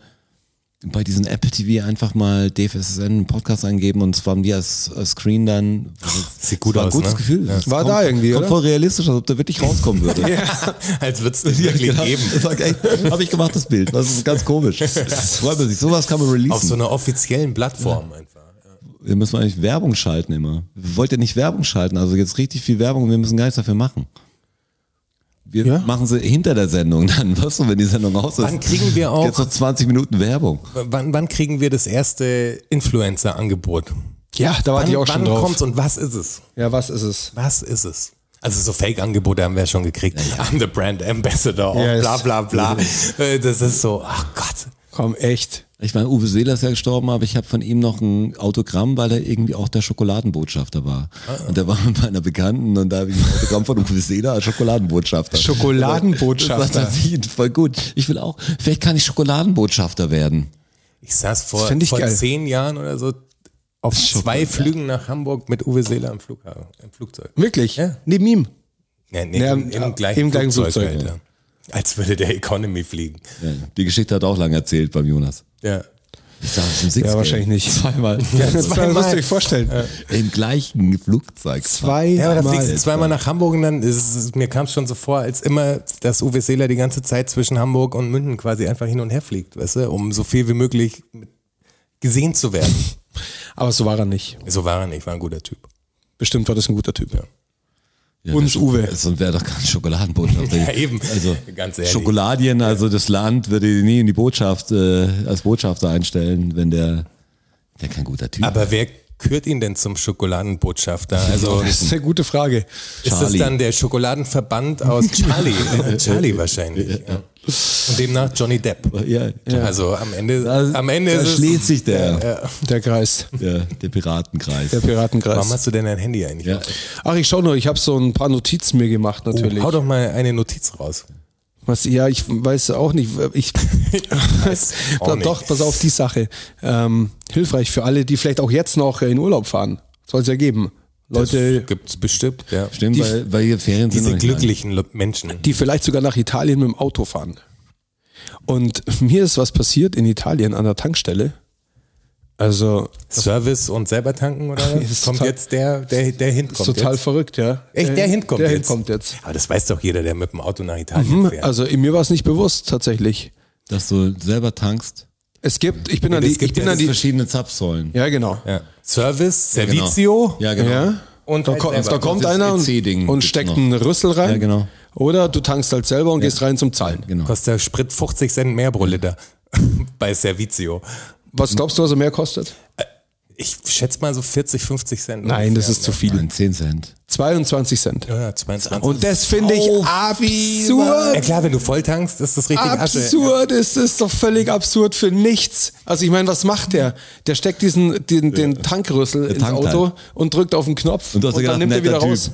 bei diesem Apple TV einfach mal DFSSN einen Podcast eingeben und zwar haben die als, als Screen dann. Sieht gut war ein aus, gutes ne? Gefühl. Das War kommt- da irgendwie, kommt oder? voll realistisch, als ob der wirklich rauskommen <laughs> würde. <laughs> Als würde es nicht wirklich Genau. geben. Das war echt- Hab ich gemacht, das Bild. Das ist <laughs> ganz komisch. Freut man sich. Sowas kann man releasen. Auf so einer offiziellen Plattform einfach. Wir müssen eigentlich Werbung schalten immer. Wir wollten ja nicht Werbung schalten, also jetzt richtig viel Werbung und wir müssen gar nichts dafür machen. Wir Ja. machen sie hinter der Sendung dann, weißt du, wenn die Sendung raus ist. Wann kriegen wir auch- Jetzt noch 20 Minuten Werbung. W- Wann, wann kriegen wir das erste Influencer-Angebot? Ja, da warte ich auch wann schon drauf. kommt's und was ist es? Ja, was ist es? Was ist es? Also so Fake-Angebote haben wir schon gekriegt. I'm the Brand Ambassador, of Yes. bla bla bla. Äh, Das ist so, ach Gott. Komm, echt. Ich meine, Uwe Seeler ist ja gestorben, aber ich habe von ihm noch ein Autogramm, weil er irgendwie auch der Schokoladenbotschafter war. Ah. Und der war bei einer Bekannten und da habe ich ein Autogramm von Uwe Seeler als Schokoladenbotschafter. Das war Schokoladenbotschafter. tatsächlich voll gut. Ich will auch, vielleicht kann ich Schokoladenbotschafter werden. Ich saß vor, Das find ich vor geil. zehn Jahren oder so auf zwei Flügen nach Hamburg mit Uwe Seeler im, Flughafen, im Flugzeug. Wirklich? Ja. Neben ihm. Nee, nee, Ja, im, ja, im gleichen im gleichen Flugzeug. Flugzeug, Alter. Als würde der Economy fliegen. Ja, Die Geschichte hat auch lange erzählt beim Jonas. Ja. Ich sag, das ist ein Sixpack. Ja, wahrscheinlich nicht. <laughs> Zweimal. Das Zweimal. musst du dir vorstellen. Im gleichen Flugzeug. Zwei Ja, aber da fliegst du Mal. zweimal nach Hamburg und dann ist es, mir kam es schon so vor, als immer, dass Uwe Seeler die ganze Zeit zwischen Hamburg und München quasi einfach hin und her fliegt, weißt du, um so viel wie möglich gesehen zu werden. <laughs> Aber so war er nicht. so war er nicht, war ein guter Typ. Bestimmt war das ein guter Typ. Ja, Uns das- Uwe. Sonst wäre doch kein <laughs> Schokoladenbotschafter. Ja, eben. Also, Ganz ehrlich. Schokoladien, also das Land würde ihn nie in die Botschaft, äh, als Botschafter einstellen, wenn der, der kein guter Typ Aber wer kürt ihn denn zum Schokoladenbotschafter? <laughs> Also Das ist eine gute Frage. ist das Charlie. dann der Schokoladenverband <laughs> aus Charlie? Charlie wahrscheinlich. Ja. Und demnach Johnny Depp. Ja, Also am Ende, Da- am Ende da ist schließt es, sich der, Der Kreis. der, der Piratenkreis. Der Piratenkreis. Warum hast du denn dein Handy eigentlich? ja. Ach, ich schau nur, ich habe so ein paar Notizen mir gemacht Oh, natürlich. hau doch mal eine Notiz <laughs> raus. Was, ja, ich weiß auch nicht. Ich, <laughs> auch doch, nicht. doch, pass auf die Sache. Ähm, hilfreich für alle, die vielleicht auch jetzt noch in Urlaub fahren. Soll es ja geben. Leute, Gibt es bestimmt, ja. Stimmt, weil, weil hier Ferien sind. Diese noch nicht lang. glücklichen Lo- Menschen. die vielleicht sogar nach Italien mit dem Auto fahren. Und mir ist was passiert in Italien an der Tankstelle. Also Service und selber tanken oder was? Ist Kommt total- jetzt der, der, der Hint kommt total jetzt. verrückt, ja. Äh, Echt, der Hint kommt der Hint jetzt. kommt jetzt. Aber das weiß doch jeder, der mit dem Auto nach Italien Mhm, Hm, fährt. Also in mir war es nicht bewusst tatsächlich. Dass du selber tankst. Es gibt, ich bin an das die, gibt ich bin ja an Die die, verschiedenen Zapfsäulen. ja genau. ja. Service, Ja, genau. Servizio. Ja, genau. Ja. Und da, halt ko selber. da kommt Das einer EC-Ding und, und gibt's steckt noch. einen Rüssel rein. Ja, genau. Oder du tankst halt selber und gehst rein zum Zahlen. Genau. Kostet der Sprit 50 Cent mehr pro Liter <laughs> bei Servizio. Was glaubst du, was er mehr kostet? Ich schätze mal so 40, 50 Cent. Nein, das ist zu viel. Nein, 10 Cent. 22 Cent. Ja, 22. Und das finde ich ja, absurd. klar, wenn du voll tankst, ist das richtig Asche. Absurd ist es doch völlig absurd für nichts. Also ich meine, was macht der? Der steckt diesen den, den Tankrüssel ins tankt Auto halt. und drückt auf den Knopf Und und, du hast dir gedacht, dann nimmt er netter wieder Typ. raus.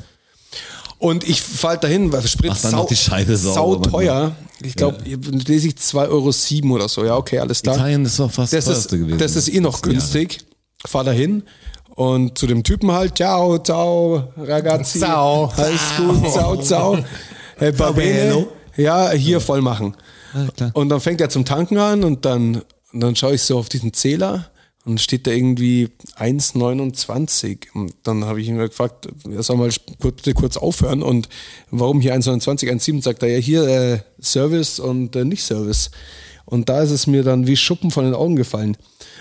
Und ich fall dahin, weil Sprit Mach dann noch die Scheibe sauber, sau Mann. teuer. Ich glaube, lese ich 2,07 Euro oder so. Ja, okay, alles da. Italien ist doch fast das das ist, teuerste gewesen. Das ist eh noch günstig. Fahr dahin und zu dem Typen halt, ciao, ciao, ragazzi. Ciao. Alles gut, ciao, ciao. Hey, Babene. bello. Ja, hier voll machen. Ja, klar. Und dann fängt er zum Tanken an und dann, und dann schaue ich so auf diesen Zähler und steht da irgendwie 1,29. Und dann habe ich ihn gefragt, er soll mal sp- kurz, kurz aufhören und warum hier 1,29, 1,7 sagt er ja hier äh, Service und äh, nicht Service. Und da ist es mir dann wie Schuppen von den Augen gefallen.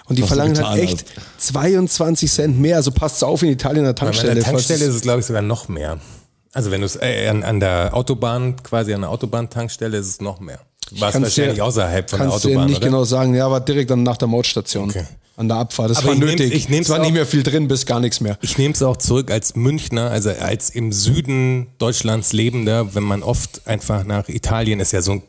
Und die Was du verlangen getan halt echt 22 Cent mehr. Also passt auf in Italien an der An Tankstelle. der falls Tankstelle es- ist es, glaube ich, sogar noch mehr. Also wenn du es äh, an, an der Autobahn, quasi an der Autobahntankstelle, ist es noch mehr. Du warst kannst dir- wahrscheinlich außerhalb von der kannst dir Autobahn, nicht oder? genau sagen. Ja, war direkt dann nach der Mautstation. Okay. An der Abfahrt. Das Aber war ich nehm's- nötig. ich nehm's es war auch- nicht mehr viel drin, bis gar nichts mehr. Ich nehme es auch zurück als Münchner, also als im Süden Deutschlands Lebender, wenn man oft einfach nach Italien ist ja so ein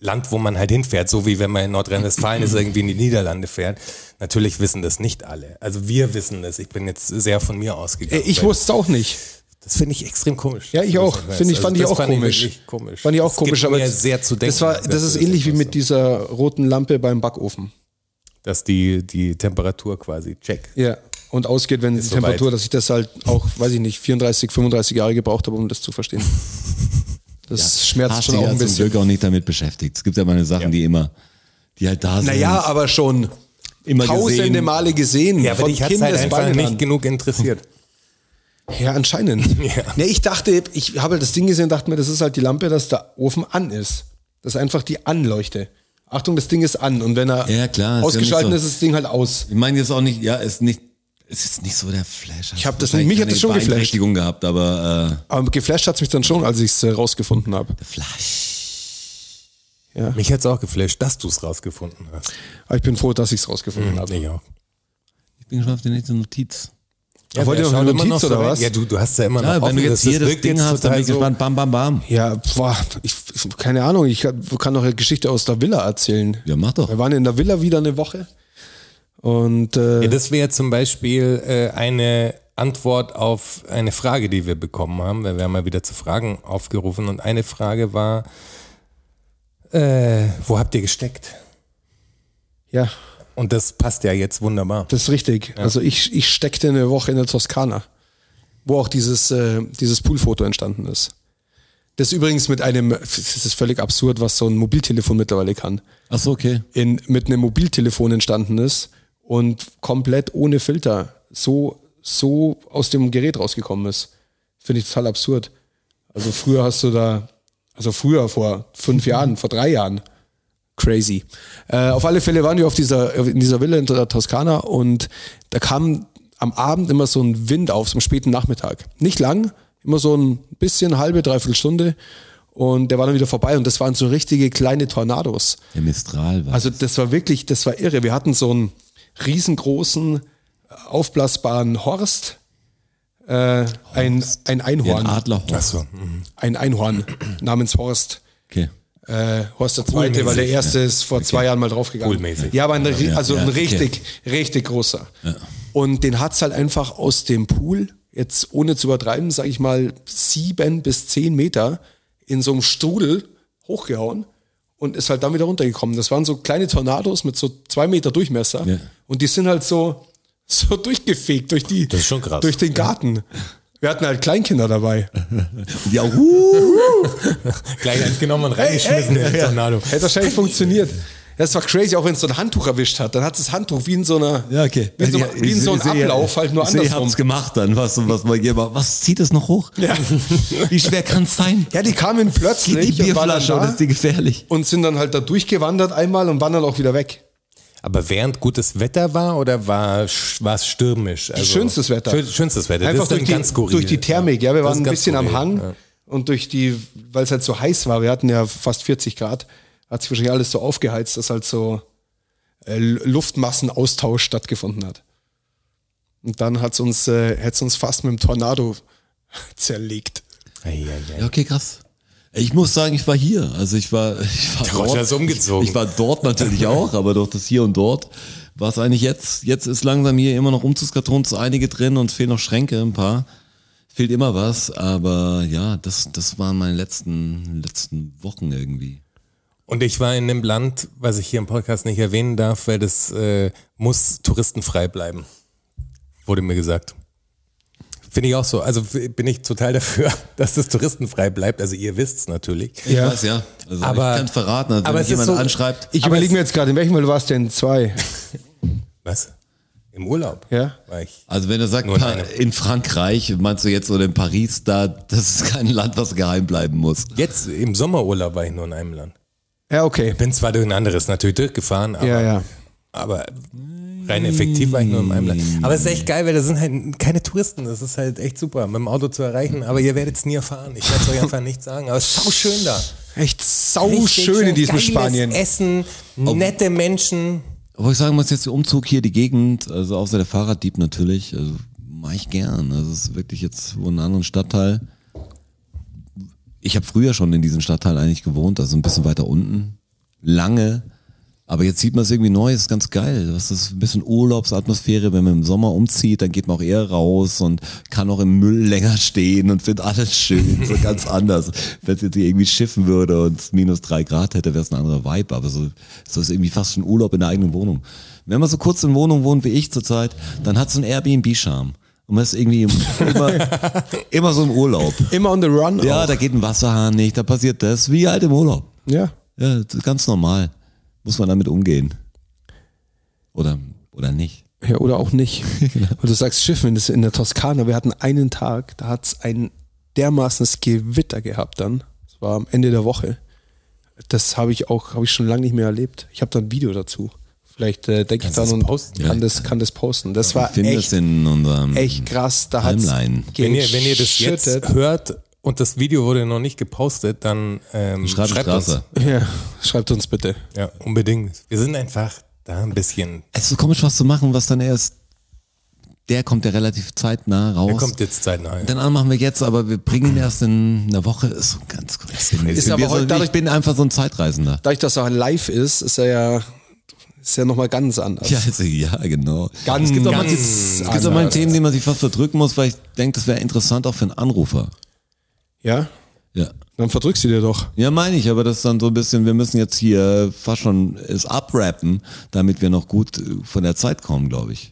Land, wo man halt hinfährt, so wie wenn man in Nordrhein-Westfalen ist, irgendwie in die Niederlande fährt. Natürlich wissen das nicht alle. Also wir wissen das. Ich bin jetzt sehr von mir Äh, ausgegangen. Ich weil- wusste es auch nicht. Das finde ich extrem komisch. Ja, ich auch. Finde ich, fand ich Also das auch komisch. wirklich komisch. Fand ich auch Das komisch, gibt aber mir das- sehr zu denken. Das, war, das ist ist ähnlich wie etwas mit so. dieser roten Lampe beim Backofen. dass die die Temperatur quasi check. Ja. Und ausgeht, wenn die soweit. Temperatur, dass ich das halt auch, weiß ich nicht, 34, 35 Jahre gebraucht habe, um das zu <laughs> verstehen. Das schmerzt Hast schon dich auch ja ein zum bisschen. Glück auch nicht damit beschäftigt. Es gibt ja meine Sachen, die immer, die halt da sind. Naja, aber schon immer tausende gesehen. Male gesehen. Ja, aber von dich hat es halt einfach Kindesbeinen nicht an. genug interessiert. Ja, anscheinend. <laughs> Ja. Nee, ich dachte, ich habe halt das Ding gesehen und dachte mir, das ist halt die Lampe, dass der Ofen an ist. Das ist einfach die Anleuchte. Achtung, das Ding ist an. Und wenn er Ja, klar, ist ja ausgeschaltet nicht so. ist, ist das Ding halt aus. Ich meine jetzt auch nicht, ja, ist nicht, es ist nicht so der Flash. Ich hab das nicht- mich hat das schon geflasht. Beeinträchtigung gehabt, aber Aber geflasht hat's mich dann schon, als ich's äh, rausgefunden habe. äh, Flash. Mich hat's auch geflasht, dass du es rausgefunden hast. Hm, Aber ich bin froh, dass ich's rausgefunden habe. Ich auch. äh, Ich bin schon auf die nächste Notiz. Ja, Wollt ihr wer noch eine schaut immer Notiz so oder rein? was? Ja, du, du hast ja immer noch Ja, wenn offen, du jetzt das- hier das das wirkt Ding jetzt hast, dann bin total ich so- gespannt. Bam, bam, bam. Ja, boah, ich, ich, keine Ahnung, ich kann noch eine Geschichte aus der Villa erzählen. Ja, mach doch. Wir waren in der Villa wieder eine Woche und äh, Ja, das wäre zum Beispiel äh, eine Antwort auf eine Frage, die wir bekommen haben, weil wir haben ja wieder zu Fragen aufgerufen und eine Frage war, äh, wo habt ihr gesteckt? ja, Und das passt ja jetzt wunderbar. das ist richtig. Also ich, ich steckte eine Woche in der Toskana, wo auch dieses, äh, dieses Poolfoto entstanden ist. Das übrigens mit einem, es ist völlig absurd, was so ein Mobiltelefon mittlerweile kann. Ach so, okay. in, mit einem Mobiltelefon entstanden ist und komplett ohne Filter so, so aus dem Gerät rausgekommen ist. Finde ich total absurd. Also früher hast du da, also früher vor fünf Jahren, vor drei Jahren. Crazy. Äh, auf alle Fälle waren wir auf dieser, in dieser Villa in der Toskana und da kam am Abend immer so ein Wind auf, zum späten Nachmittag. Nicht lang, immer so ein bisschen, halbe, dreiviertel Stunde. Und der war dann wieder vorbei und das waren so richtige kleine Tornados. Der Mistral war. Also das war wirklich, das war irre. Wir hatten so einen riesengroßen, äh, aufblasbaren Horst, äh, ein, ein wie ein Einhorn, Adlerhorst. Achso. ein Einhorn namens Horst. Okay. Äh, Horst der Zweite, weil der Erste ist vor zwei Jahren mal draufgegangen. Poolmäßig. Ja, aber ein, ri- ja, also ja, ein okay. richtig, richtig großer. Und den hat's halt einfach aus dem Pool, jetzt ohne zu übertreiben, sage ich mal, sieben bis zehn Meter in so einem Strudel hochgehauen und ist halt dann wieder runtergekommen. Das waren so kleine Tornados mit so zwei Meter Durchmesser Ja. und die sind halt so, so durchgefegt durch, die, ist schon krass. durch den Garten. Wir hatten halt Kleinkinder dabei. Ja, uh, Gleich eins genommen und reingeschmissen in den Tornado. Hätte wahrscheinlich funktioniert. Das war crazy, auch wenn es so ein Handtuch erwischt hat. Dann hat das Handtuch wie in so einer, ja, okay. Also wie in so, wie in so einem Ich sehe- Ablauf, halt nur ich sehe, Ihr andersrum. habt's gemacht dann, was, was man hier macht. Was zieht es noch hoch? Ja. <laughs> Wie schwer kann's sein? ja, die kamen Geht die plötzlich und, waren dann Bierflasche oder da ist die gefährlich? und sind dann halt da durchgewandert einmal und waren dann auch wieder weg. Aber während gutes Wetter war oder war sch- war es stürmisch? Also, schönstes Wetter. Schön, schönstes Wetter. Einfach das ist dann durch die, ganz skurril. durch die Thermik, ja. Wir Das waren ist ein ganz bisschen am skurril, Hang ja. und durch die, weil es halt so heiß war, wir hatten ja fast 40 Grad, hat sich wahrscheinlich alles so aufgeheizt, dass halt so äh, Luftmassenaustausch stattgefunden hat. Und dann hat es uns, äh, hat's uns fast mit dem Tornado <laughs> zerlegt. Eieiei. Ja, okay, krass. Ich muss sagen, ich war hier. Also ich war, <laughs> ich war Der Roger ist umgezogen. Ich, ich war dort natürlich auch, aber durch das hier und dort war es eigentlich jetzt. Jetzt ist langsam hier immer noch Umzugskartons einige drin und fehlen noch Schränke ein paar. Fehlt immer was, aber ja, das, das waren meine letzten, letzten Wochen irgendwie. Und ich war in einem Land, was ich hier im Podcast nicht erwähnen darf, weil das äh, muss touristenfrei bleiben. Wurde mir gesagt. Finde ich auch so. Also f- bin ich total dafür, <laughs> dass das touristenfrei bleibt. Also ihr wisst's natürlich. Ich ja. weiß ja. Also Aber- ich kann verraten, also aber wenn es ist jemand so- anschreibt, Ich Aber überlege es- mir jetzt gerade, in welchem Mal warst du denn? Zwei. Was? Im Urlaub? Ja. War ich. also wenn er sagt, Nur in Pa- einem. in Frankreich, meinst du jetzt oder in Paris, da, das ist kein Land, was geheim bleiben muss. Jetzt im Sommerurlaub war ich nur in einem Land. Ja, okay. Bin zwar durch ein anderes natürlich durchgefahren, aber, Ja, ja. aber rein effektiv war ich nur in einem Land. Aber es ist echt geil, weil da sind halt keine Touristen. Das ist halt echt super, mit dem Auto zu erreichen. Aber ihr werdet es nie erfahren. Ich werde es euch einfach nicht sagen. Aber es ist so schön da. Echt sau Richtig Oh, schön in diesem geiles Spanien. Oh. Essen, nette Menschen. Obwohl ich sagen muss, jetzt der Umzug hier, die Gegend, also außer der Fahrraddieb natürlich, also mache ich gern. Also es ist wirklich jetzt wo in einem anderen Stadtteil. Ich habe früher schon in diesem Stadtteil eigentlich gewohnt, also ein bisschen weiter unten. Lange. Aber jetzt sieht man es irgendwie neu, ist ganz geil. Das ist ein bisschen Urlaubsatmosphäre. Wenn man im Sommer umzieht, dann geht man auch eher raus und kann auch im Müll länger stehen und findet alles schön. So ganz anders. Wenn es jetzt hier irgendwie schiffen würde und es minus drei Grad hätte, wäre es ein anderer Vibe. Aber so, so ist irgendwie fast schon Urlaub in der eigenen Wohnung. Wenn man so kurz in Wohnung wohnt wie ich zurzeit, dann hat es einen Airbnb-Charme. Und man ist irgendwie immer, immer so im Urlaub. Immer on the run. Ja, auch. da geht ein Wasserhahn nicht, da passiert das, wie halt im Urlaub. ja. Ja, das ist ganz normal. Muss man damit umgehen. Oder, oder nicht. Ja, oder auch <laughs> nicht. Und du sagst Schiffen, das ist in der Toskana. Wir hatten einen Tag, da hat's ein dermaßenes Gewitter gehabt dann. Das war am Ende der Woche. Das habe ich auch, habe ich schon lange nicht mehr erlebt. Ich habe da ein Video dazu. Vielleicht äh, denke ich dann das und posten? kann, das, kann das posten. Das war Finden das echt, in unserem. echt krass. Da hat's Timeline. Wenn ihr, wenn ihr das jetzt geschüttet. hört und das Video wurde noch nicht gepostet, dann ähm, Schreibt schreibt Straße. uns. Ja, schreibt uns bitte. Ja, unbedingt. Wir sind einfach da ein bisschen Es ist so komisch, was zu machen, was dann erst Der kommt ja relativ zeitnah raus. Der kommt jetzt zeitnah. Den anderen machen wir jetzt, aber wir bringen ihn erst in einer Woche. Ist so ganz crazy. Ich bin aber wie so, heute dadurch- ich bin einfach so ein Zeitreisender. <laughs> Dadurch, dass er live ist, ist er ja, ist ja nochmal ganz anders. Ja, also, ja, genau. Ganz, es gibt auch mal, ganz es gibt auch mal anders. Themen, die man sich fast verdrücken muss, weil ich denke, das wäre interessant auch für einen Anrufer. Ja? Ja. Dann verdrückst du dir doch. Ja, meine ich, aber das ist dann so ein bisschen, wir müssen jetzt hier fast schon es abrappen, damit wir noch gut äh, von der Zeit kommen, glaube ich.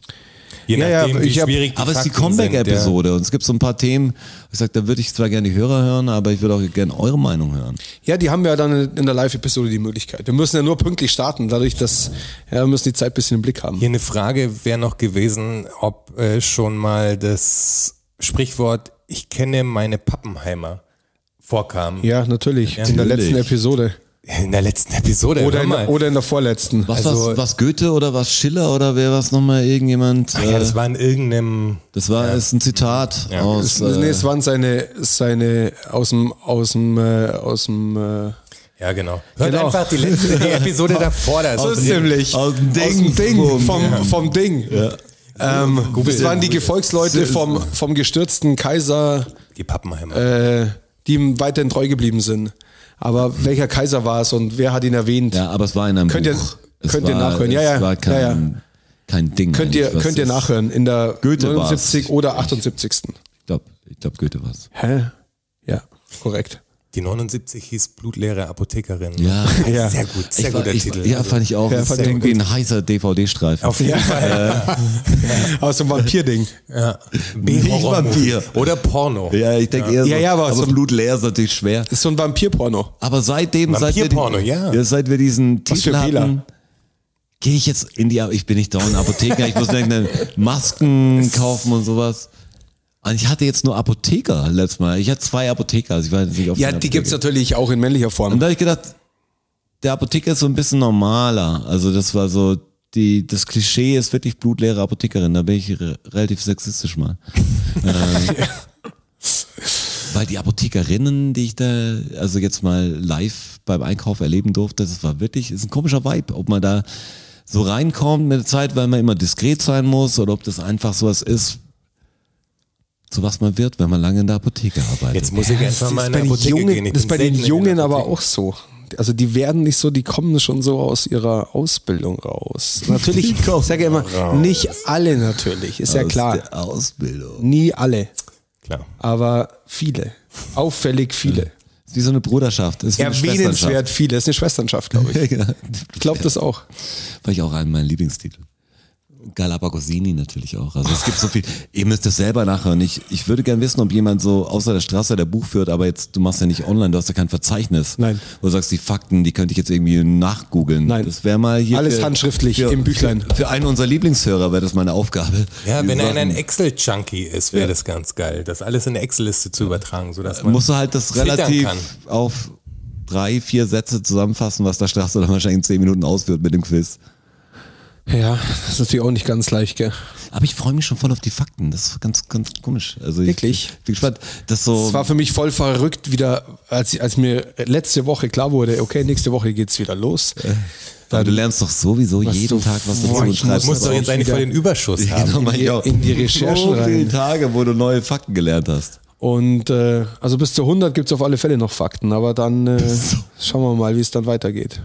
Je Ja, ja, nachdem, wie ich hab- schwierig die aber es ist die Fakten sind, ja. Comeback-Episode und es gibt so ein paar Themen, ich sag, da würde ich zwar gerne die Hörer hören, aber ich würde auch gerne eure Meinung hören. Ja, die haben ja dann in der Live-Episode die Möglichkeit. Wir müssen ja nur pünktlich starten, dadurch, dass ja, wir müssen die Zeit ein bisschen im Blick haben. Hier eine Frage wäre noch gewesen, ob äh, schon mal das Sprichwort Ich kenne meine Pappenheimer vorkam. Ja, natürlich. in der natürlich. letzten Episode. In der letzten Episode. Oder hör in, mal. oder in der vorletzten. Was Also- was was Goethe oder was Schiller oder wer was nochmal irgendjemand? Ach ja, äh, das war in irgendeinem. das war ist ein Zitat Ja. aus. nee, Äh, es waren seine, seine aus dem, aus dem, äh, aus dem äh, Ja, genau. Hört Genau. einfach die <laughs> letzte die Episode davor. Da ist So es. ziemlich. aus dem Ding. Aus dem Ding. Boom. Vom, vom Ding. Ähm, das waren die Gefolgsleute vom, vom gestürzten Kaiser, die Pappenheimer. äh, die ihm weiterhin treu geblieben sind. Aber welcher Kaiser war es und wer hat ihn erwähnt? ja, aber es war in einem Könnt ihr- Buch. könnt es ihr war, nachhören. Ja, es ja. War kein, Ja, ja. kein Ding. Könnt ihr, eigentlich, was könnt ihr das- nachhören in der Goethe 79 war's. oder 78. Ich glaube, ich glaub, Goethe war es. Hä? Ja, korrekt. die 79 hieß Blutleere Apothekerin. Ja. Ja. Sehr gut, sehr Ich war- guter ich, Titel. Ja, fand ich auch. Ja, Das fand ist ich irgendwie ein heißer DVD-Streifen. Auf jeden Fall. Aus dem Vampir-Ding. Ja. B-Horror. Vampir. Oder Porno. Ja, ich denke eher so. Ja, ja, aber so- blutleer ist natürlich schwer. Das ist so ein Vampir-Porno. Aber seitdem, seit wir, Vampirporno, ja. seit wir diesen Was Titel für Fehler. hatten, gehe ich jetzt in die, ich bin nicht da in Apotheker, ich muss irgendeine Masken kaufen und sowas. Und ich hatte jetzt nur Apotheker letztes Mal. Ich hatte zwei Apotheker, also ich war jetzt nicht auf Ja, den die gibt's Apotheker. natürlich auch in männlicher Und Form. da habe ich gedacht, der Apotheker ist so ein bisschen normaler. Also das war so, die, das Klischee ist wirklich blutleere Apothekerin. Da bin ich re relativ <laughs> sexistisch mal. Ähm, Weil die Apothekerinnen, die ich da also jetzt mal live beim Einkauf erleben durfte, das war wirklich, ist ein komischer Vibe, ob man da so reinkommt mit der Zeit, weil man immer diskret sein muss oder ob das einfach sowas ist, zu was man wird, wenn man lange in der Apotheke arbeitet. Jetzt muss ich Das einfach mal ist in eine bei den Apotheke Jungen, gehen. Ich das ist bin bei den selten in der Jungen aber Apotheke. auch so. Also die werden nicht so, die kommen schon so aus ihrer Ausbildung raus. Natürlich, ich sage ja immer, nicht alle natürlich, ist ja Aus klar. der Ausbildung. Nie alle, Klar. aber viele. Auffällig viele. Ist wie so eine Bruderschaft. Ist wie eine Erwähnenswert viele. Das ist eine Schwesternschaft, glaube ich. <laughs> Schwesternschaft. Ja, Ich glaube das auch. War ich auch einen meiner Lieblingstitel. Galapagosini natürlich auch. Also es gibt so viel. Ihr müsst das selber nachhören. Ich, ich würde gern wissen, ob jemand so außer der Straße der Buch führt, aber jetzt, du machst ja nicht online, du hast ja kein Verzeichnis. Nein. Wo du sagst, die Fakten, die könnte ich jetzt irgendwie nachgoogeln. Nein. Das wäre mal hier. Alles für- handschriftlich für, im Büchlein. Für, für einen unserer Lieblingshörer wäre das meine Aufgabe. Ja, Die wenn Sachen- einer ein Excel-Junkie ist, wäre das ganz geil, das alles in eine Excel-Liste zu übertragen, sodass man. musst du halt das filtern relativ kann. auf drei, vier Sätze zusammenfassen, was der Straße dann wahrscheinlich in zehn Minuten ausführt mit dem Quiz. Ja, das ist natürlich auch nicht ganz leicht, gell? Aber ich freue mich schon voll auf die Fakten. Das ist ganz, ganz komisch. Also ich- Wirklich? Ich bin gespannt. Das so. Es war für mich voll verrückt wieder, als, als mir letzte Woche klar wurde, okay, nächste Woche geht's wieder los. aber du lernst doch sowieso jeden du- Tag was dazu Boah, und ich muss schreibst. du musst <laughs> das doch jetzt auf. eigentlich wieder- voll den Überschuss haben. Genau, mein die- Gott. in die Recherchen so viele rein. Tage, wo du neue Fakten gelernt hast. Und äh, also bis zu 100 gibt's auf alle Fälle noch Fakten, aber dann äh, schauen wir mal, wie es dann weitergeht.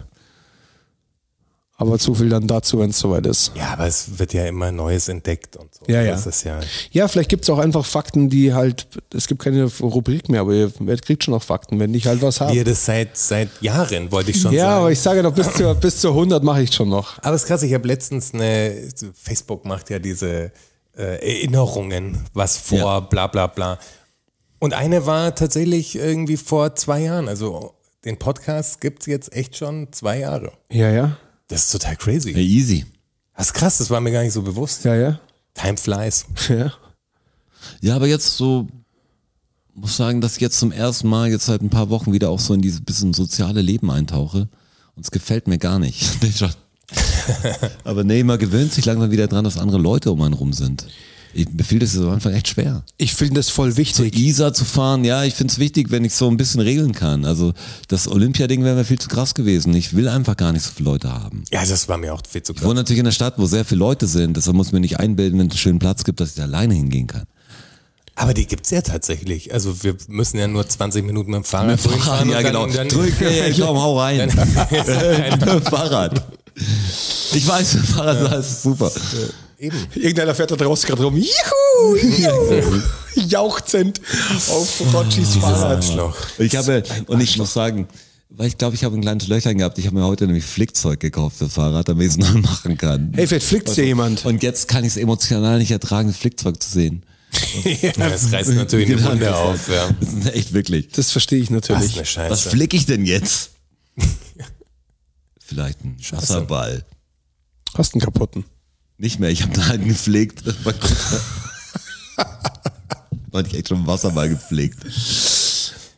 Aber zu viel dann dazu, wenn es soweit ist. Ja, aber es wird ja immer Neues entdeckt und so. Ja, ja. Das ist ja. Ja, vielleicht gibt's auch einfach Fakten, die halt, es gibt keine Rubrik mehr, aber ihr werdet- kriegt schon noch Fakten, wenn ich halt was Wir habe. das seit, seit Jahren, wollte ich schon Ja, sagen. aber ich sage doch, bis zu, bis zu 100 mache ich schon noch. Aber es ist krass, ich habe letztens eine, Facebook macht ja diese äh, Erinnerungen, was vor, Ja. bla bla bla. Und eine war tatsächlich irgendwie vor zwei Jahren. Also den Podcast gibt's jetzt echt schon zwei Jahre. Ja, ja. Das ist total crazy. Ja, easy. Das ist krass, das war mir gar nicht so bewusst. Ja, ja. Time flies. Ja. Ja, aber jetzt so, muss sagen, dass ich jetzt zum ersten Mal jetzt seit ein paar Wochen wieder auch so in dieses bisschen soziale Leben eintauche. Und es gefällt mir gar nicht. <laughs> <laughs> Nee, schon. aber nee, man gewöhnt sich langsam wieder dran, dass andere Leute um einen rum sind. ich, mir fiel das am Anfang echt schwer. Ich finde das voll wichtig. Isar zu fahren, ja, ich finde es wichtig, wenn ich so ein bisschen regeln kann. Also das Olympia-Ding wäre mir viel zu krass gewesen. Ich will einfach gar nicht so viele Leute haben. Ja, das war mir auch viel zu Ich wohne natürlich in der Stadt, wo sehr viele Leute sind. Deshalb muss ich mir nicht einbilden, wenn es einen schönen Platz gibt, dass ich da alleine hingehen kann. Aber die gibt's ja tatsächlich. Also wir müssen ja nur 20 Minuten mit dem Fahrrad durchfahren ja und dann- genau. und dann- Drück, ja, ja, ich komm, hau rein. <laughs> <laughs> Fahrrad. Ich weiß, <laughs> Fahrrad das ist super. Eben. Irgendeiner fährt da draußen gerade rum. Juhu, <laughs> juhu. Jauchzend auf Oh, Rotschis Fahrrad. Arschloch. Ich habe, und ich muss sagen, weil ich glaube, ich habe ein kleines Löchlein gehabt. Ich habe mir heute nämlich Flickzeug gekauft für Fahrrad, damit ich es neu <laughs> machen kann. Hey, vielleicht flickt's dir jemand. Und jetzt kann ich es emotional nicht ertragen, das Flickzeug zu sehen. <laughs> Ja, das reißt natürlich eine Wunde auf. Ja. Das ist echt wirklich. Das verstehe ich Das natürlich. ist eine Was Scheiße. flick ich denn jetzt? <laughs> Vielleicht ein Wasserball. Hast einen kaputten. Nicht mehr, ich habe da einen <laughs> gepflegt. War ich echt schon einen Wasserball gepflegt.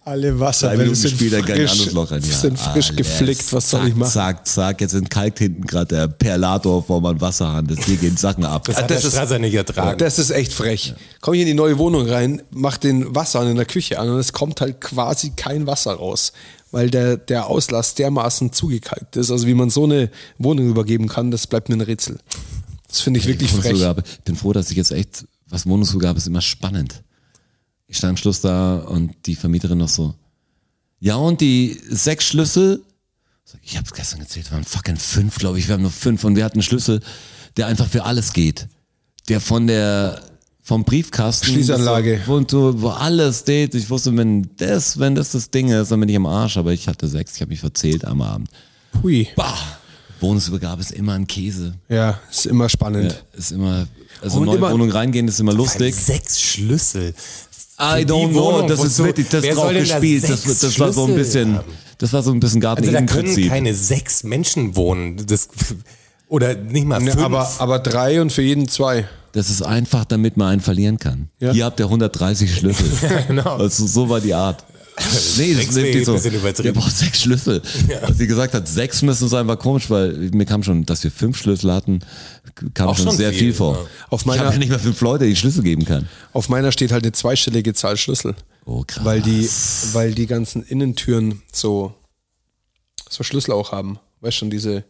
Alle Drei Wasserbälle Minuten sind später kein frisch, anderes Loch rein. Ja, sind frisch alles. geflickt. Was soll zack, ich machen? Zack, zack, jetzt entkalkt hinten gerade der Perlator vor meinem Wasserhahn. Das hier gehen Sachen ab. Das Also hat das der ist- Strasser nicht ertragen. Das ist echt frech. Komm ich in die neue Wohnung rein, mach den Wasserhahn in der Küche an und es kommt halt quasi kein Wasser raus, weil der, der Auslass dermaßen zugekalkt ist. Also wie man so eine Wohnung übergeben kann, das bleibt mir ein Rätsel. Das finde ich wirklich frech. Wohnungszugabe. Ich bin froh, dass ich jetzt echt, was Wohnungszugabe ist immer spannend. Ich stand am Schluss da und die Vermieterin noch so, ja und die sechs Schlüssel, Sag ich, ich habe gestern gezählt, waren fucking fünf, glaube ich, wir haben nur fünf und wir hatten einen Schlüssel, der einfach für alles geht. Der von der, vom Briefkasten. Schließanlage. Wo, wo, wo alles steht. Ich wusste, wenn das, wenn das das Ding ist, dann bin ich am Arsch, aber ich hatte sechs, ich habe mich verzählt am Abend. Hui. Bah! Wohnungsübergabe ist immer ein Käse. Ja, ist immer spannend. Ja, ist immer, also Und neue immer- Wohnung reingehen ist immer lustig. Sechs Schlüssel. I Für die don't know, Wohnung, das ist wozu- wirklich, das wer drauf soll denn da gespielt, das, sechs das war so ein Schlüssel bisschen, haben? das war so ein bisschen Garten Also da Eden können Prinzip. keine sechs Menschen wohnen. Das, oder nicht mal Ne, fünf. aber, aber drei und für jeden zwei. Das ist einfach, damit man einen verlieren kann. Ja. Hier habt ihr 130 Schlüssel. <laughs> <laughs> genau. Also so war die Art. Nee, Sechs das ist wirklich wäre ein so. bisschen übertrieben. Ihr braucht sechs Schlüssel. Als sie gesagt hat, sechs müssen sein, war komisch, weil mir kam schon, dass wir fünf Schlüssel hatten, kam Auch schon, schon sehr viel, viel, vor. ja. Auf ich meiner- habe ja nicht mehr fünf Leute, die ich Schlüssel geben kann. Auf meiner steht halt eine zweistellige Zahl Schlüssel. Oh, krass. Weil die, weil die ganzen Innentüren so, so Schlüssel auch haben. Weißt schon, diese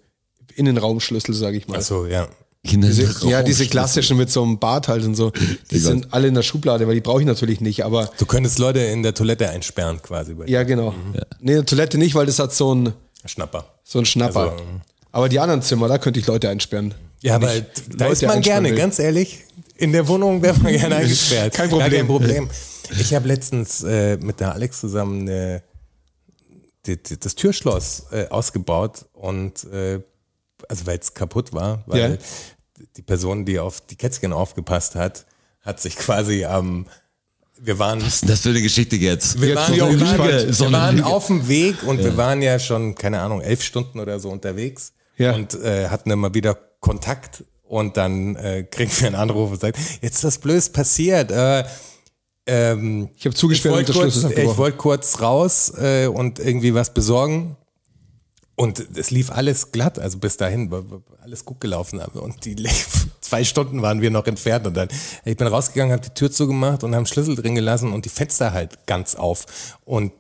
Innenraumschlüssel, sage ich mal. Achso, ja. Kinder- Diese, ja, diese klassischen mit so einem Bart halt <laughs> und so, die Egal. sind alle in der Schublade, weil die brauche ich natürlich nicht, aber Du Mhm. könntest Leute in der Toilette einsperren quasi bei ja, genau. Nee, Toilette nicht, weil das hat so einen Schnapper. so einen Schnapper. Also, aber die anderen Zimmer, da könnte ich Leute einsperren. Ja, aber Nicht da ist Leute man gerne, einsperren will. ganz ehrlich. In der Wohnung wäre <laughs> man gerne eingesperrt. Kein Problem. Gar kein Problem. Ich habe letztens äh, mit der Alex zusammen äh, die, die, das Türschloss äh, ausgebaut und äh, also weil es kaputt war, weil Ja. die Person, die auf die Kätzchen aufgepasst hat, hat sich quasi am wir waren Was ist denn das für eine Geschichte jetzt? wir Jetzt waren, kommt wir eine waren, Lüge, so wir eine waren Lüge. auf dem Weg und wir waren ja schon, keine Ahnung, elf Stunden oder so unterwegs Ja. und äh, hatten immer wieder Kontakt und dann äh, kriegen wir einen Anruf und sagt, jetzt ist was Blödes passiert. Äh, ähm, Ich habe zugesperrt und wollte der Schlüssel ist kurz, ich abgebrochen. wollte kurz raus äh, und irgendwie was besorgen. Und es lief alles glatt, also bis dahin war- war alles gut gelaufen. Und die <laughs> zwei Stunden waren wir noch entfernt. Und dann, ich bin rausgegangen, habe die Tür zugemacht und habe einen Schlüssel drin gelassen und die Fenster halt ganz auf. Und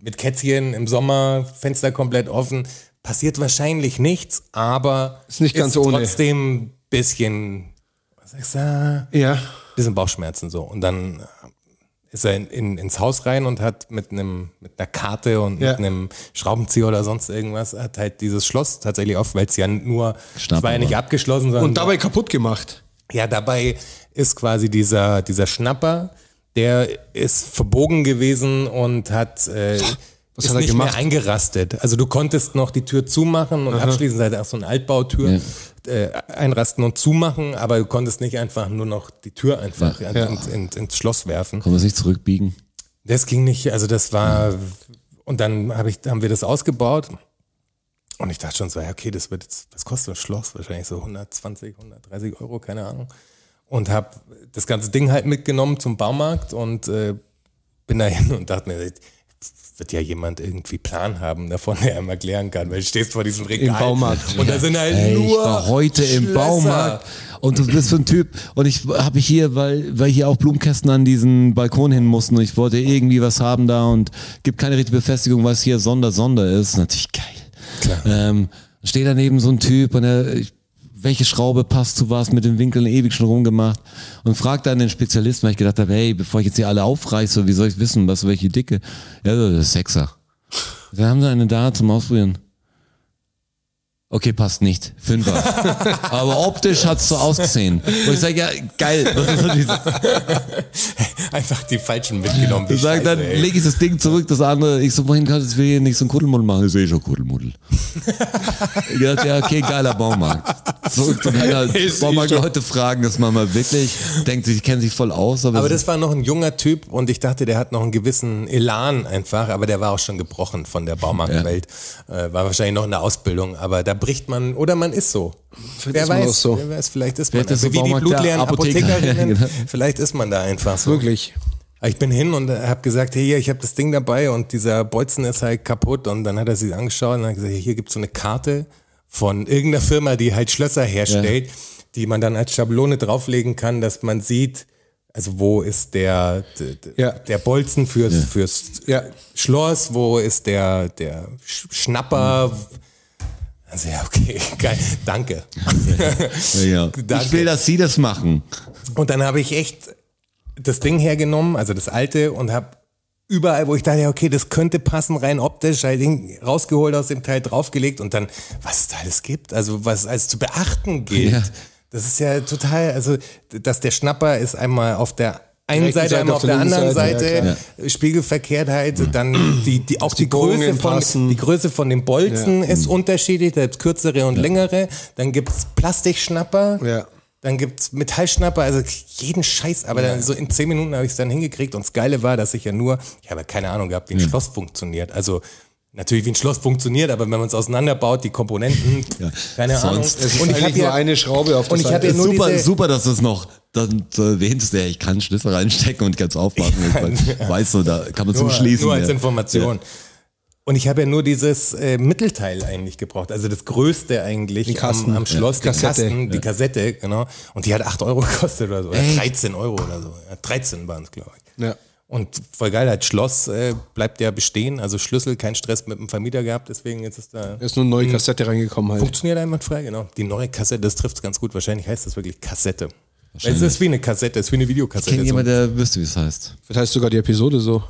mit Kätzchen im Sommer, Fenster komplett offen, passiert wahrscheinlich nichts, aber Ist nicht ganz ohne. trotzdem ein bisschen, was sagst du, Ja. bisschen Bauchschmerzen so. Und dann äh, ist er in, in, ins Haus rein und hat mit einem mit einer Karte und Ja. mit einem Schraubenzieher oder sonst irgendwas hat halt dieses Schloss tatsächlich auf, weil es ja nur es Schnapp war ja aber. nicht abgeschlossen, sondern Und dabei kaputt gemacht. ja dabei ist quasi dieser dieser Schnapper, der ist verbogen gewesen und hat äh, Was ist hat er nicht gemacht? mehr eingerastet. Also du konntest noch die Tür zumachen und abschließen, sei auch so eine Altbautür äh, einrasten und zumachen, aber du konntest nicht einfach nur noch die Tür einfach in, in, ins Schloss werfen. Kann man sich zurückbiegen? Das ging nicht, also das Hm. war, und dann hab ich, haben wir das ausgebaut und ich dachte schon so, ja, okay, das wird jetzt, das kostet ein Schloss wahrscheinlich so 120, 130 Euro, keine Ahnung. Und habe das ganze Ding halt mitgenommen zum Baumarkt und äh, bin da hin und dachte mir, wird ja jemand irgendwie Plan haben davon, der einem erklären kann, weil du stehst vor diesem Regal. Baumarkt. Und da sind halt Ey, nur. ich war heute im Schlösser. Baumarkt und du bist so ein Typ und ich habe ich hier, weil, weil hier auch Blumenkästen an diesen Balkon hin mussten und ich wollte irgendwie was haben da und gibt keine richtige Befestigung, weil es hier Sonder Sonder ist. Natürlich geil. Klar. Ähm, steht daneben so ein Typ und er, ich, welche Schraube passt zu was, mit den Winkeln ewig schon rumgemacht und fragt dann den Spezialisten, weil ich gedacht habe, hey, bevor ich jetzt hier alle aufreiße, wie soll ich wissen, was welche Dicke? Ja, das ist Sechser. Dann haben sie eine da zum Ausprobieren. Okay, passt nicht. Fünfer. Aber optisch hat's so ausgesehen. Und ich sage, ja, geil. <laughs> Das ist so dieses, <laughs> Einfach die falschen mitgenommen. Wie ich sag, dann scheiße, ey. lege ich das Ding zurück, das andere. Ich so, wohin kannst du hier nicht so ein Kuddelmuddel machen? Ich sehe schon Kuddelmuddel. ich dachte, ja, okay, geiler Baumarkt. <laughs> Zurück zum Händler. Ist Baumarkt eh schon. Leute fragen das manchmal wirklich. Denkt sich, die kennen sich voll aus. Aber, Aber das das war noch ein junger Typ und ich dachte, der hat noch einen gewissen Elan einfach, aber der war auch schon gebrochen von der Baumarktwelt. Äh, war wahrscheinlich noch in der Ausbildung, aber da bricht man, oder man ist so. Wer ist man weiß, auch so. wer weiß, vielleicht ist Vielleicht man ist also der wie die Baumarkt der blutleeren Apotheker. <laughs> Apothekerinnen, Ja, genau. vielleicht ist man da einfach so. Wirklich. Ah, Ich bin hin und habe gesagt, hey, ich habe das Ding dabei und dieser Bolzen ist halt kaputt. Und dann hat er sich angeschaut und hat gesagt, hier gibt's so eine Karte von irgendeiner Firma, die halt Schlösser herstellt, die man dann als Schablone drauflegen kann, dass man sieht, also wo ist der, d- d- Ja. der Bolzen fürs, fürs Ja. Schloss, wo ist der, der Sch- Schnapper. Mhm. Also ja, okay, <laughs> geil, danke. <laughs> ja. Danke. Ich will, dass sie das machen. Und dann habe ich echt das Ding hergenommen, also das alte, und habe überall, wo ich dachte, ja, okay, das könnte passen, rein optisch, halt Ding rausgeholt aus dem Teil draufgelegt und dann, was es da alles gibt, also was alles zu beachten gilt. Ja. Das ist ja total, also d- dass der Schnapper ist einmal auf der einen Rechten Seite, Seite, einmal auf der, linken anderen Seite, Seite, ja, Mhm. Spiegelverkehrtheit, dann die, die, auch die, die Bogen Größe von, passen. die Größe von den Bolzen Mhm. ist unterschiedlich, da gibt's kürzere und längere, dann gibt's Plastikschnapper, Ja. dann gibt's Metallschnapper, also jeden Scheiß. Aber dann so in zehn Minuten habe ich es dann hingekriegt. Und das Geile war, dass ich ja nur, ich habe ja keine Ahnung gehabt, Mhm. wie ein Schloss funktioniert. Also natürlich, wie ein Schloss funktioniert, aber wenn man es auseinanderbaut, die Komponenten, keine sonst. Ahnung. Und ich habe ja, nur eine Schraube auf der und ich habe Seite. ja Ist nur super, diese, super, dass du es noch dann so erwähnst, ja, ich kann Schlüssel reinstecken und ich kann es <laughs> aufmachen. Ich weiß- Weißt du, da kann man nur, zuschließen. nur als ja. Information. Und ich habe ja nur dieses äh, Mittelteil eigentlich gebraucht, also das Größte eigentlich Kasten, am, am Schloss, den Kassette, Kasten, die Kassette, genau. Und die hat 8 Euro <laughs> gekostet oder so, oder 13 Euro oder so. Ja, 13 waren es, glaube ich. Ja. Und voll geil, das Schloss äh, bleibt ja bestehen, also Schlüssel, kein Stress mit dem Vermieter gehabt, deswegen ist es da. Da ist nur eine neue Kassette reingekommen halt. Hm. Funktioniert einwandfrei, genau. Die neue Kassette, das trifft es ganz gut. Wahrscheinlich heißt das wirklich Kassette. Weil Es ist wie eine Kassette, es ist wie eine Ich kenne Videokassette. jemanden, der wüsste, wie es heißt. Das heißt sogar die Episode so.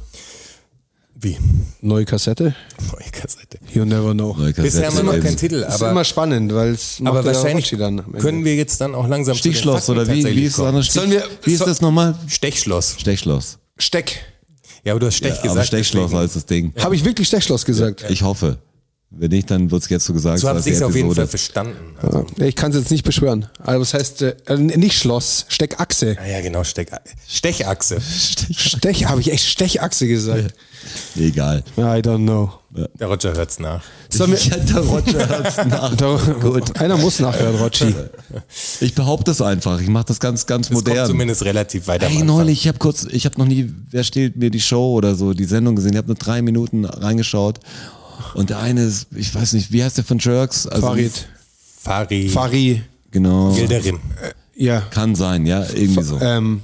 wie? <laughs> Neue Kassette? Neue Kassette. You never know. Neue Kassette Bisher haben wir noch eben. keinen Titel, ist aber, immer spannend, weil es macht aber ja auch wahrscheinlich Unterschied dann. am Ende. können wir jetzt dann auch langsam. zu den Stichschloss Fakten oder wie, tatsächlich wie ist das kommen. andere? Stich, Sollen wir- wie ist so- das nochmal? Stechschloss. Stechschloss. Steck. Ja, aber du hast Stech gesagt. Aber Stechschloss deswegen- heißt das Ding. Habe ich wirklich Stechschloss gesagt? Ich hoffe. Wenn nicht, dann wird's jetzt so gesagt. So habe als ich es auf jeden Fall Episode. verstanden. Also, Ja, Ich kann es jetzt nicht beschwören. Also das heißt, äh, äh, nicht Schloss, Steckachse. Ah ja, genau, Stech Stechachse. Stech, habe ich echt Stechachse gesagt? <laughs> Egal. I don't know. Der Roger hört's nach. Sollen wir- Ich, <laughs> hatte Roger hat's nach. Gut. Einer muss nachhören, Rotschi. ich behaupte es einfach. Ich mache das ganz, ganz Das kommt modern. zumindest relativ weiter. am Ey, Anfang. neulich, ich habe kurz, ich habe noch nie, wer stellt mir die Show oder so, die Sendung gesehen. Ich habe nur drei Minuten reingeschaut. Und der eine ist, ich weiß nicht, wie heißt der von Jerks? Also, Farid. Fari. Fari. Genau. Gilderim. Ja. Kann sein, ja, irgendwie so. Ähm,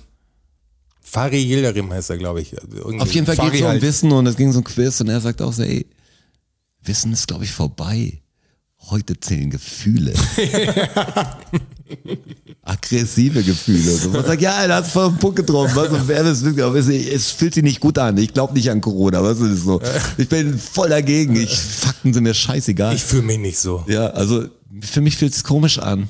Fari Gilderim heißt er, glaube ich. Also irgendwie- Auf jeden Fall Fari geht es um halt. Wissen und es ging so ein Quiz und er sagt auch so, ey, Wissen ist, glaube ich, vorbei. Heute zählen Gefühle. Aggressive Gefühle. So, man sagt, ja, er hat voll einen Punkt getroffen. Was, und wer das will, aber es, es fühlt sich nicht gut an. Ich glaube nicht an Corona. Was ist so? Ich bin voll dagegen. Ich, Fakten sind mir scheißegal. Ich fühle mich nicht so. Ja, also für mich fühlt es komisch an.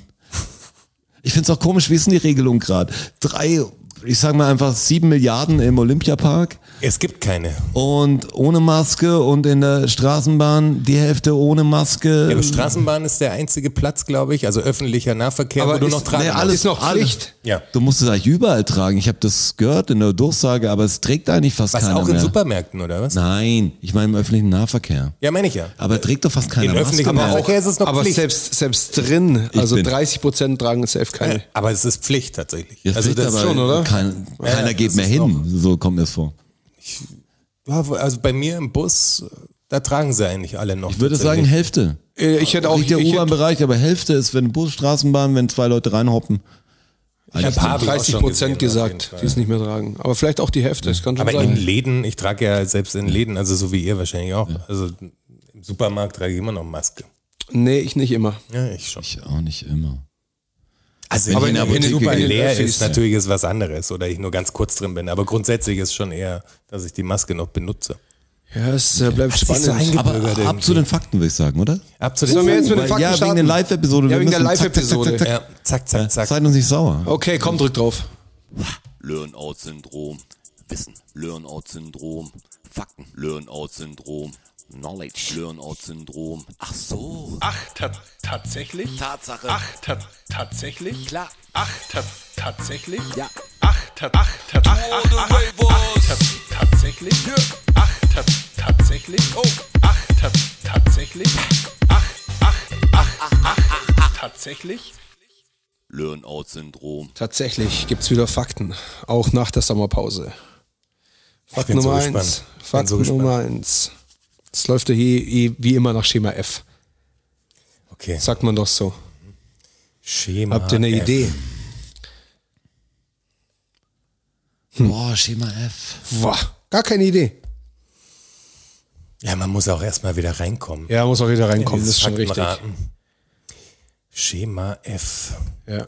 Ich find's auch komisch, wie ist denn die Regelung gerade? Drei, ich sag mal einfach sieben Milliarden im Olympiapark Es gibt keine. und ohne Maske und in der Straßenbahn die Hälfte ohne Maske. Ja, aber Straßenbahn ist der einzige Platz, glaube ich, also öffentlicher Nahverkehr, Aber wo du ist- noch tragen nee, alles- ist noch alle- Pflicht. Ja. Du musst es eigentlich überall tragen. Ich habe das gehört in der Durchsage, aber es trägt eigentlich fast Was keiner auch in mehr. Supermärkten, oder was? Nein, ich meine im öffentlichen Nahverkehr. Ja, meine ich ja. Aber trägt doch fast keiner In Maske öffentlichen mehr. Nahverkehr ist es noch aber Pflicht. selbst, selbst drin, also bin- 30 Prozent tragen safe keine. aber es ist Pflicht tatsächlich. Ja, also fliegt das aber schon, oder? Kein, keiner ja, geht das mehr ist hin. So kommt es vor. Ja, wo- also bei mir im Bus, da tragen sie eigentlich alle noch. Ich würde sagen tatsächlich. Hälfte. Äh, Ich hätte auch Nicht der ich hätte U-Bahn-Bereich, aber Hälfte ist, wenn Bus, Straßenbahn, wenn zwei Leute reinhoppen. Eigentlich hab ziemlich- Abi- auch 30 schon gesehen, Prozent auf jeden gesagt, Fall. die es nicht mehr tragen. Aber vielleicht auch die Hälfte, das kann schon Aber in sein. Läden, ich trage ja selbst in Läden, also so wie ihr wahrscheinlich auch. Also im Supermarkt trage ich immer noch Maske. Nee, ich nicht immer. Ja, ich schon. ich auch nicht immer. Also Aber wenn die in- in- Apotheke in- super in- leer Öffis, ist, ja. natürlich ist was anderes oder ich nur ganz kurz drin bin. Aber grundsätzlich ist schon eher, dass ich die Maske noch benutze. Ja, es äh, bleibt sich so spannend. einge- Aber Bürger ab irgendwie. zu den Fakten, würde ich sagen, oder? Ab zu den Sollen wir Fragen, jetzt mit den weil- Fakten ja, wegen starten? der Live-Episode. Ja, Wir wegen der müssen- zack, zack, Live-Episode. zack, zack, Ja, zack, zack, zack. zack. Seid uns nicht sauer. Okay, komm, drück drauf. Learn-out-Syndrom, Wissen, Learn-out-Syndrom, Fakten, Learn-out-Syndrom, Knowledge, Learn-out-Syndrom. Ach so. Ach, tatsächlich? Tatsache. Ach, tatsächlich? Klar. Ach, tatsächlich? Ja. Ach, ach, ach, ach, tatsächlich? Ja. Ach, tatsächlich? Oh. Ach, tatsächlich? Ach, ach, ach, ach, ach, ach, tatsächlich? Learn-out-Syndrom. Tatsächlich gibt's wieder Fakten, auch nach der Sommerpause. Ich Fakt bin so Nummer gespannt. eins. Ich bin Fakt so gespannt. Nummer eins. Das läuft ja hier eh wie immer nach Schema F. Okay. Sagt man doch so. Schema. Habt ihr eine F. Idee? Boah, Schema F. Boah, gar keine Idee. Ja, man muss auch erstmal wieder reinkommen. Ja, muss auch wieder reinkommen, das Dieses ist schon richtig. Faktenraten. Schema F. Ja.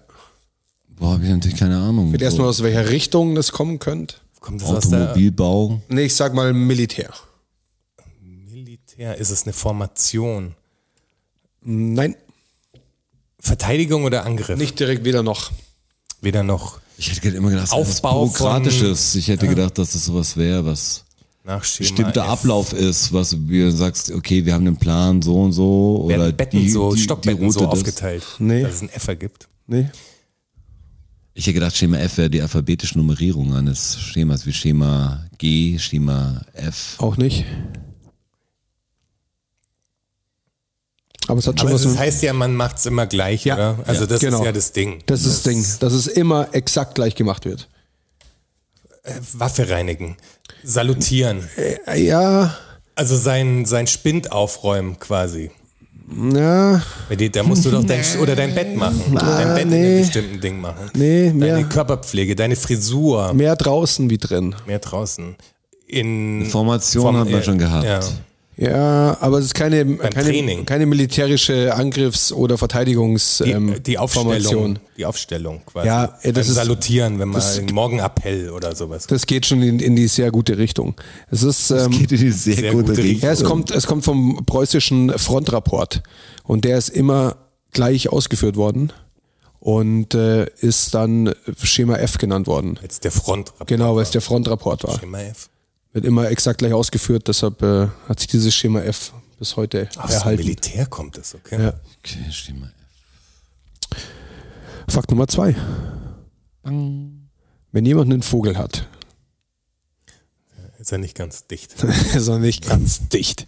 Boah, hab ich natürlich keine Ahnung. Wird erstmal aus welcher Richtung das kommen könnte. Kommt das aus der Automobilbau. Nee, ich sag mal Militär. Militär? Ist es eine Formation? Nein, Verteidigung oder Angriff? nicht direkt weder noch. Weder noch Ich hätte immer gedacht, das ist Aufbau was Bürokratisches. Ich hätte gedacht, dass das sowas wäre, was nach Schema bestimmter F. Ablauf ist, was du sagst, okay, wir haben den Plan so und so oder Werden Betten die, so, die, die Stockbetten Route so des- aufgeteilt, Nee. dass es ein F ergibt. Nee. Ich hätte gedacht, Schema F wäre die alphabetische Nummerierung eines Schemas wie Schema G, Schema F. Auch nicht. Aber es hat schon Aber halt was das mit. heißt ja, man macht es immer gleich, Ja, oder? Also das genau. ist ja das Ding. Das ist das Ding, dass es immer exakt gleich gemacht wird. Waffe reinigen, salutieren, Ja, also sein, sein Spind aufräumen quasi. ja, Bei dir, Da musst du doch dein, oder dein Bett machen. dein Bett in Ah, nee. einem bestimmten Ding machen. Nee, mehr- Deine Körperpflege, deine Frisur, mehr draußen wie drin. mehr draußen. In Formation Form- hat man äh, schon gehabt. Ja. Ja, aber es ist keine, keine, Training. keine militärische Angriffs- oder ähm, Die, äh, Verteidigungsformation. die Aufstellung. Die Aufstellung quasi. Ja, äh, das Beim ist- Salutieren, wenn man das- einen Morgenappell oder sowas. Das geht schon in, in die sehr gute Richtung. Es ist. Ähm, Geht in die sehr, Sehr gute, gute Richtung. ja, es kommt, es kommt vom preußischen Frontrapport und der ist immer gleich ausgeführt worden und äh, ist dann Schema F genannt worden. Jetzt der Front. Genau, weil es der Frontrapport war. Schema F. Wird immer exakt gleich ausgeführt, deshalb äh, hat sich dieses Schema F bis heute Aus dem erhalten. Militär kommt es, okay. Ja. Okay, Schema F. Fakt Nummer zwei. Wenn jemand einen Vogel hat, <laughs> Ist ja nicht ganz dicht. ist er nicht ganz dicht.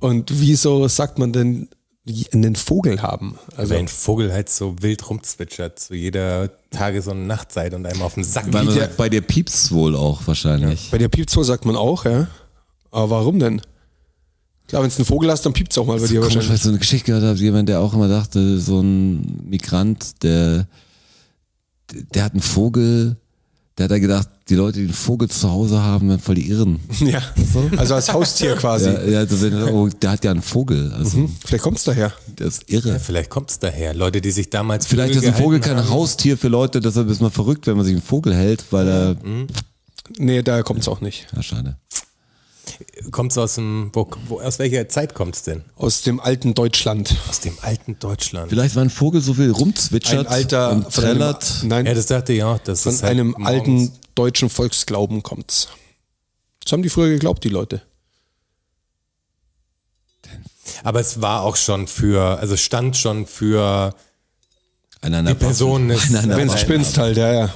Und wieso sagt man denn j- einen Vogel haben? Also Weil ein Vogel halt so wild rumzwitschert zu jeder Tages- und Nachtzeit und einem auf den Sack Weil man geht. sagt, bei dir piepst wohl auch wahrscheinlich. bei der Piepst wohl sagt man auch, ja. Aber warum denn? Klar, wenn du einen Vogel hast, dann piept's auch mal bei dir Komisch, weil ich wahrscheinlich. so eine Geschichte gehört habe, jemand, der auch immer dachte, so ein Migrant, der, der hat einen Vogel, der hat da gedacht, die Leute, die einen Vogel zu Hause haben, werden voll die Irren. Ja. <laughs> Also Mhm. als Haustier quasi. Ja, ja, also wenn, oh, der hat ja einen Vogel, also Vielleicht kommt's daher. der ist irre. Vielleicht kommt es daher. Leute, die sich damals Vielleicht ist Vögel ein Vogel gehalten kein Haustier für Leute, deshalb ist man verrückt, wenn man sich einen Vogel hält, weil er, Nee, daher kommt's auch nicht. ja, schade. haben. Kommt's aus dem, wo, wo, aus welcher Zeit kommt es denn? Aus dem alten Deutschland. Aus dem alten Deutschland. Vielleicht war ein Vogel so viel rumzwitschert Ein alter und von einem- trällert. Nein, Ja, das dachte ich auch. Das Von ist halt einem morgens- alten deutschen Volksglauben kommt's. Das haben die früher geglaubt, die Leute. Aber es war auch schon für, also stand schon für An einer die Person ist. An einer Wenn Waffe. spinnst halt, ja, ja,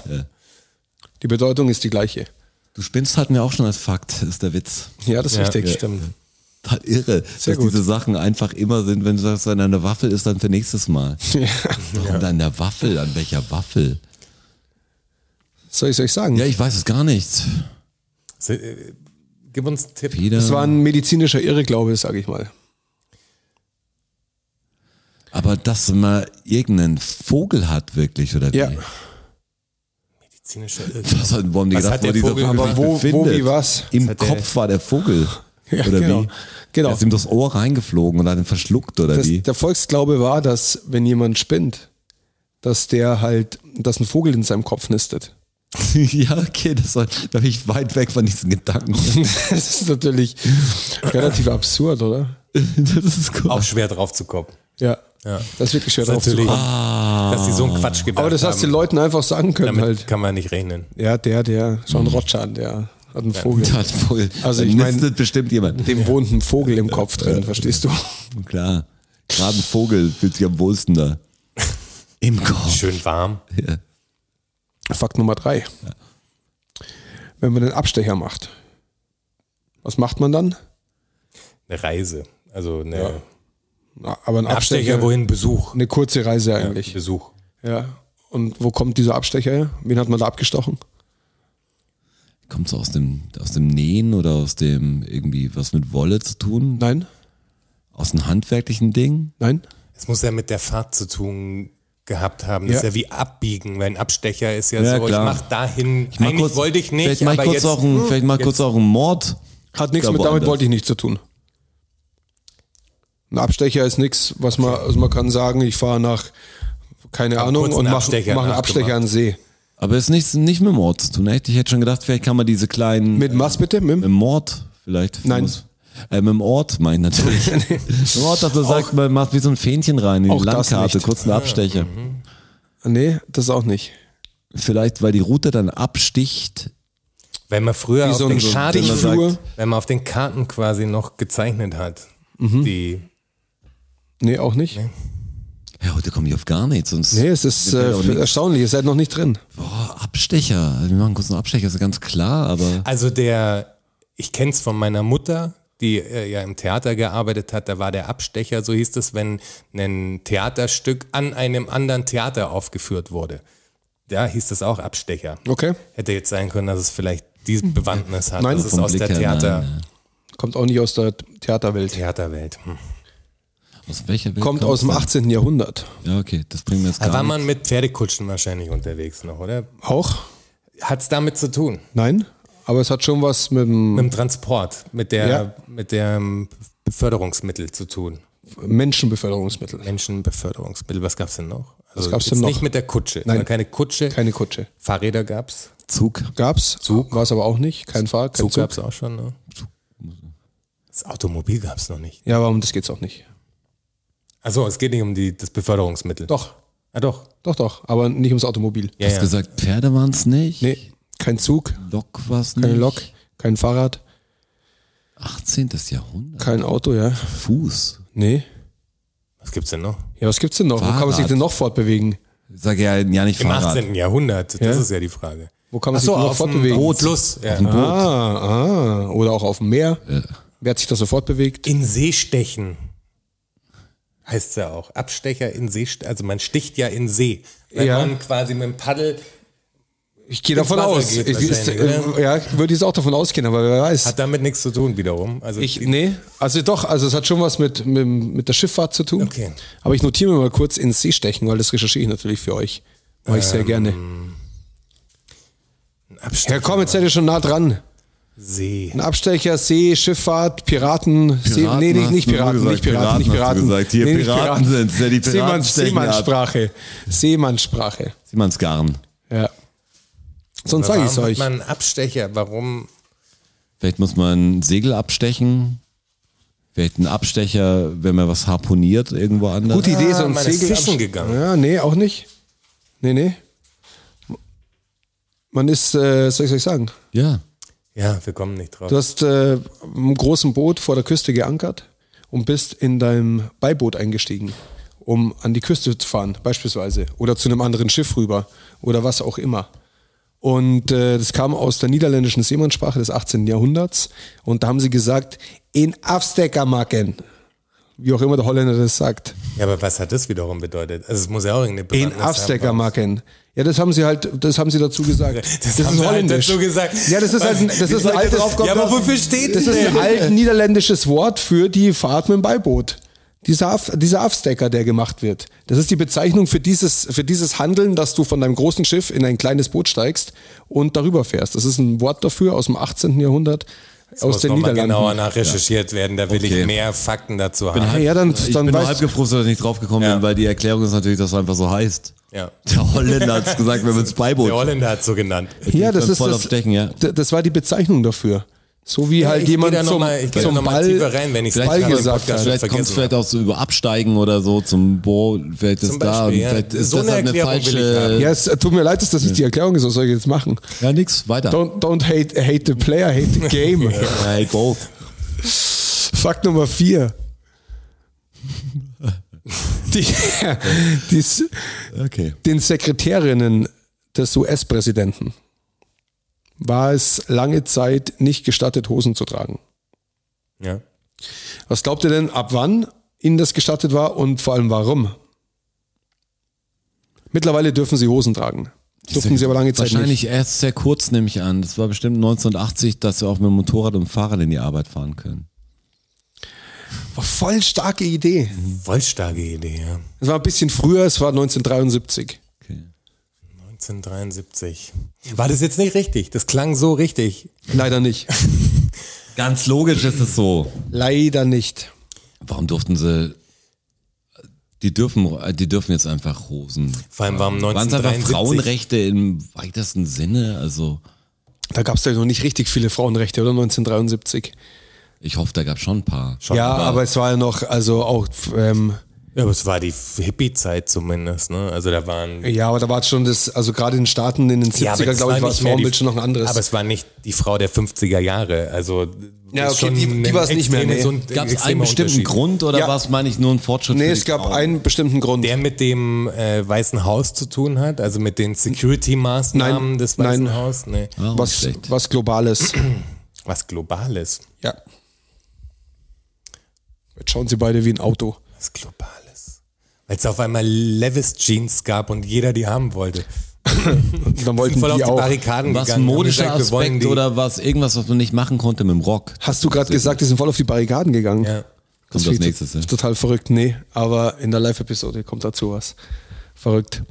Die Bedeutung ist die gleiche. Du spinnst hatten wir auch schon als Fakt, ist der Witz. Ja, das ist Ja, richtig. ja. Stimmt. Total irre, dass gut. diese Sachen einfach immer sind, wenn du sagst, wenn eine Waffel ist, dann für nächstes <laughs> Mal. Warum dann der Waffel? An welcher Waffel? Soll ich euch sagen? äh, Ja, ich weiß es gar nicht. Gib uns einen Tipp. Feder. Das war ein medizinischer Irrglaube, sage ich mal. Aber dass man irgendeinen Vogel hat, wirklich, oder wie? Ja. Medizinische Was hat, wo haben die Was gedacht, hat der wo dieser Vogel Vogel gemacht? sich Wo- wo, befindet? wie, was? Im hat der- Kopf war der Vogel. <laughs> Ja, oder genau. wie? Genau. Er ist ihm das Ohr reingeflogen und hat ihn verschluckt, oder Das, wie? der Volksglaube war, dass wenn jemand spinnt, dass der halt, dass ein Vogel in seinem Kopf nistet. <laughs> <laughs> ja, okay, das war, da bin ich weit weg von <laughs> diesen Gedanken. Das ist natürlich relativ absurd, oder? das ist cool. Auch schwer drauf zu kommen. Ja. Das ist wirklich schwer drauf zu Natürlich, kommen. Ah. dass die so einen Quatsch gedacht Aber das hast du den haben. Leuten einfach sagen können Damit halt. kann man nicht rechnen. Ja, der, der, John Rotschan, der hat einen Vogel. Das hat wohl, Also also ich ich mein- bestimmt jemand. Dem wohnt ein Vogel im Kopf drin, verstehst du? Klar, gerade ein Vogel fühlt sich am wohlsten da. Im Kopf. Schön warm. Ja. Fakt Nummer drei. Wenn man den Abstecher macht, was macht man dann? Eine Reise. Also eine Na, aber ein Abstecher, Abstecher, wohin? Besuch. eine kurze Reise eigentlich. Besuch. Ja. Und wo kommt dieser Abstecher her? Wen hat man da abgestochen? Kommt es aus dem, aus dem Nähen oder aus dem irgendwie was mit Wolle zu tun? Nein? Aus dem handwerklichen Ding? Nein? Es muss ja mit der Fahrt zu tun gehabt haben. Das Ja. ist ja wie abbiegen, weil ein Abstecher ist ja, Ja, so, klar. ich mach dahin, Mal eigentlich kurz- wollte ich nicht, Vielleicht mal aber kurz jetzt, auch ein, vielleicht mal kurz auch einen Mord. Hm, Hat nichts Da mit, damit woanders. wollte ich nichts zu tun. Ein Abstecher ist nichts, was man, also man kann sagen, ich fahre nach, keine Ahnung, kurzen und mache Abstecher mach einen nachgemacht. Abstecher an den See. Aber ist nichts nicht mit Mord zu tun, echt? Ich hätte schon gedacht, vielleicht kann man diese kleinen Mit was bitte? Mit mit dem- dem Mord vielleicht. Nein. Muss, äh, mit dem Ort meine ich natürlich. <laughs> Mit dem Ort, dass man sagt, man macht wie so ein Fähnchen rein in die Auch das Landkarte, nicht. kurz einen Abstecher. Nee, das auch nicht. Vielleicht, weil die Route dann absticht. wenn man flur Wie auf so den ein Karten, Dichtflur. wenn man auf den Karten quasi noch gezeichnet hat, Mhm. die Nee, auch nicht. Ja, heute komme ich auf gar nichts. Sonst Nee, es ist Mir fällt äh, auch für- nichts. erstaunlich, ihr seid noch nicht drin. Boah, Abstecher. Also, Wir machen kurz einen Abstecher, ist ganz klar, aber Also der, ich kenn's von meiner Mutter, die äh, ja im Theater gearbeitet hat, da war der Abstecher, so hieß es, wenn ein Theaterstück an einem anderen Theater aufgeführt wurde. Da hieß das auch Abstecher. Okay. Hätte jetzt sein können, dass es vielleicht die Bewandtnis hat. Mhm. Nein, das ist vom aus Blick der her, Theater, nein, Kommt auch nicht aus der Theaterwelt. Theaterwelt. Hm. aus welcher Welt Kommt aus dem kommt's 18. Jahrhundert. denn? Ja, okay, das bringen wir jetzt Da war gar man nicht. mit Pferdekutschen wahrscheinlich unterwegs noch, oder? Auch? Hat's damit zu tun? Nein. Aber es hat schon was mit dem Mit dem Transport, mit der, Ja. mit dem Beförderungsmittel zu tun. Menschenbeförderungsmittel. Menschenbeförderungsmittel. Was gab's denn noch? Also gab's jetzt denn noch? Nicht mit der Kutsche. Nein. Nein. keine Kutsche. Keine Kutsche. Fahrräder gab's. Zug. Gab's? Zug. War es aber auch nicht. Kein Fahrrad, kein Zug, Zug. gab's auch schon. Ne? Das Automobil gab's noch nicht. Ja, aber um das geht's auch nicht. Also es geht nicht um die, das Beförderungsmittel. Doch, Ah, doch. doch, doch. Aber nicht ums Automobil. Ja, Hast ja. gesagt, Pferde waren es nicht? Nee, kein Zug, Lok war es nicht? keine Lok, kein Fahrrad, 18. Jahrhundert. kein Auto, ja. Fuß. Nee. Was gibt's denn noch? Ja, was gibt's denn noch? Wo kann man sich Fahrrad. denn noch fortbewegen? Sag ja, ja nicht Im Fahrrad. 18. Jahrhundert. Das Ja. ist ja die Frage. Wo kann man Ach sich so, denn noch auf dem fortbewegen? Boot. Fluss. Ja. Ein Boot. Ah, ah. Oder auch auf dem Meer. Wer hat sich da sofort bewegt? In See stechen. Heißt ja auch. Abstecher in See. ste- Also man sticht ja in See. Wenn Ja. man quasi mit dem Paddel Ich gehe davon Wasser aus. geht Ich, ist, wahrscheinlich, äh, ja, ich würde jetzt auch davon ausgehen, aber wer weiß. hat damit nichts zu tun wiederum. Also Ich, nee, also doch, also es hat schon was mit, mit, mit der Schifffahrt zu tun. Okay. Aber ich notiere mir mal kurz ins See stechen, weil das recherchiere ich natürlich für euch. Mache ich sehr gerne. ein Abstecher. Ja, komm, jetzt seid ihr schon nah dran. See. Ein Abstecher, See, Schifffahrt, Piraten, See, Piraten nee, hast nicht, nicht du nur Piraten, gesagt. nicht Piraten, Piraten nicht hast du Piraten. gesagt. Hier, nicht Piraten sind's, ja, die Piraten Seemanns- stechen Seemannssprache. Seemannssprache. Simonsgarn. Ja. Sonst sage ich es Warum euch. hat man einen Abstecher? Warum? Vielleicht muss man ein Segel abstechen. Vielleicht ein Abstecher, wenn man was harponiert irgendwo anders. Gute Idee, so ein Ah, man ist Segel. fischen absch- gegangen. Ja, nee, auch nicht. Nee, nee. Man ist, äh, soll ich euch sagen? Ja. Ja, wir kommen nicht drauf. Du hast äh, im großen Boot vor der Küste geankert und bist in deinem Beiboot eingestiegen, um an die Küste zu fahren, beispielsweise. Oder zu einem anderen Schiff rüber oder was auch immer. Und äh, das kam aus der niederländischen Seemannssprache des 18. Jahrhunderts. Und da haben sie gesagt, in Afstecker machen. Wie auch immer der Holländer das sagt. Ja, aber was hat das wiederum bedeutet? Also es muss ja auch irgendeine In Bewandtnis haben. Abstecker machen. Ja, das haben sie halt, das haben sie dazu gesagt. Das, haben sie halt dazu gesagt. Ja, das ist halt ein, das Wie ist soll ein ich altes, darauf kommen? Ja, aber wofür steht das? das ist ein denn? alt niederländisches Wort für die Fahrt mit dem Beiboot. Dieser, Af- dieser Afstecker, der gemacht wird. Das ist die Bezeichnung für dieses, für dieses Handeln, dass du von deinem großen Schiff in ein kleines Boot steigst und darüber fährst. Das ist ein Wort dafür aus dem 18. Jahrhundert, aus muss den noch mal Niederlanden. genauer nachrecherchiert werden, da will Okay. ich mehr Fakten dazu haben. Ah, ja, dann, Ich dann bin nur halb weißt, gefrustet, dass ich nicht draufgekommen Ja. bin, weil die Erklärung ist natürlich, dass es einfach so heißt. Ja. Der Holländer hat es gesagt, wenn wir ins Beiboot. Der Holländer hat so genannt. <laughs> ja, Ich das bin ist voll das, auf Stechen, ja. d- das war die Bezeichnung dafür. So wie halt ich jemand geh da noch zum, mal- ich geh da zum noch mal Ball, tiefer rein, wenn ich's Ball gerade im gesagt hat. Podcast Vielleicht kommt es vergessen. vielleicht auch so über Absteigen oder so zum Boah, vielleicht ist Zum da und Beispiel, ja. vielleicht ist So das eine halt eine Erklärung will ich falsche. haben. Ja, es äh, tut mir leid, dass das nicht die Erklärung ist, was soll ich jetzt machen? Ja, nix, weiter. Don't, don't hate, hate the player, hate the <laughs> game. Hey, go. Fakt Nummer <laughs> vier. Die, die, S- Okay. den Sekretärinnen des US-Präsidenten war es lange Zeit nicht gestattet, Hosen zu tragen. Ja. Was glaubt ihr denn, ab wann ihnen das gestattet war und vor allem warum? Mittlerweile dürfen sie Hosen tragen. Durften sie aber lange Zeit Wahrscheinlich nicht. erst sehr kurz, nehme ich an. Das war bestimmt 1980, dass wir auch mit dem Motorrad und dem Fahrrad in die Arbeit fahren können. War voll starke Idee. Voll starke Idee, ja. Es war ein bisschen früher, es war 1973. Okay. 1973. War das jetzt nicht richtig? Das klang so richtig. Leider nicht. Ganz logisch ist es so. Leider nicht. Warum durften sie. Die dürfen, die dürfen jetzt einfach Hosen. Vor allem waren Waren es einfach 1973. Frauenrechte im weitesten Sinne? Also, Da gab es ja noch nicht richtig viele Frauenrechte, oder? 1973. ich hoffe, da gab es schon ein paar. ja, aber es war ja noch, also auch, ähm, Ja, aber es war die Hippie-Zeit zumindest, ne? Also da waren. ja, aber da war es schon das, also gerade in den Staaten in den 70er, aber das glaube ich, war das nicht mehr die- Frauenbild schon noch ein anderes. Aber es war nicht die Frau der 50er Jahre. Also Ja, ist okay, die- ein die war's nicht mehr, extremes nee. und Gab es einen extremer bestimmten Unterschied. Grund oder Ja. war es, meine ich, nur ein Fortschritt? nee, für Oh, es die gab Frauen? einen bestimmten Grund. Der mit dem äh, Weißen Haus zu tun hat, also mit den Security-Maßnahmen Nein, des Weißen nein. Haus. Nee. Ah, nicht was, schlecht. was Globales. Was Globales. ja. Jetzt schauen sie beide wie ein Auto. Was Globales. Weil es auf einmal Levis Jeans gab und jeder die haben wollte. Und dann wollten Voll auf die die auch. Barrikaden was ein gegangen. haben modischer gesagt, wir wollen Aspekt die- oder was irgendwas, was man nicht machen konnte mit dem Rock? Hast du gerade gesagt, die sind voll auf die Barrikaden gegangen? Ja. Kommt Das das ist nächstes. ja. Total verrückt, nee. Aber in der Live-Episode kommt dazu was. Verrückt.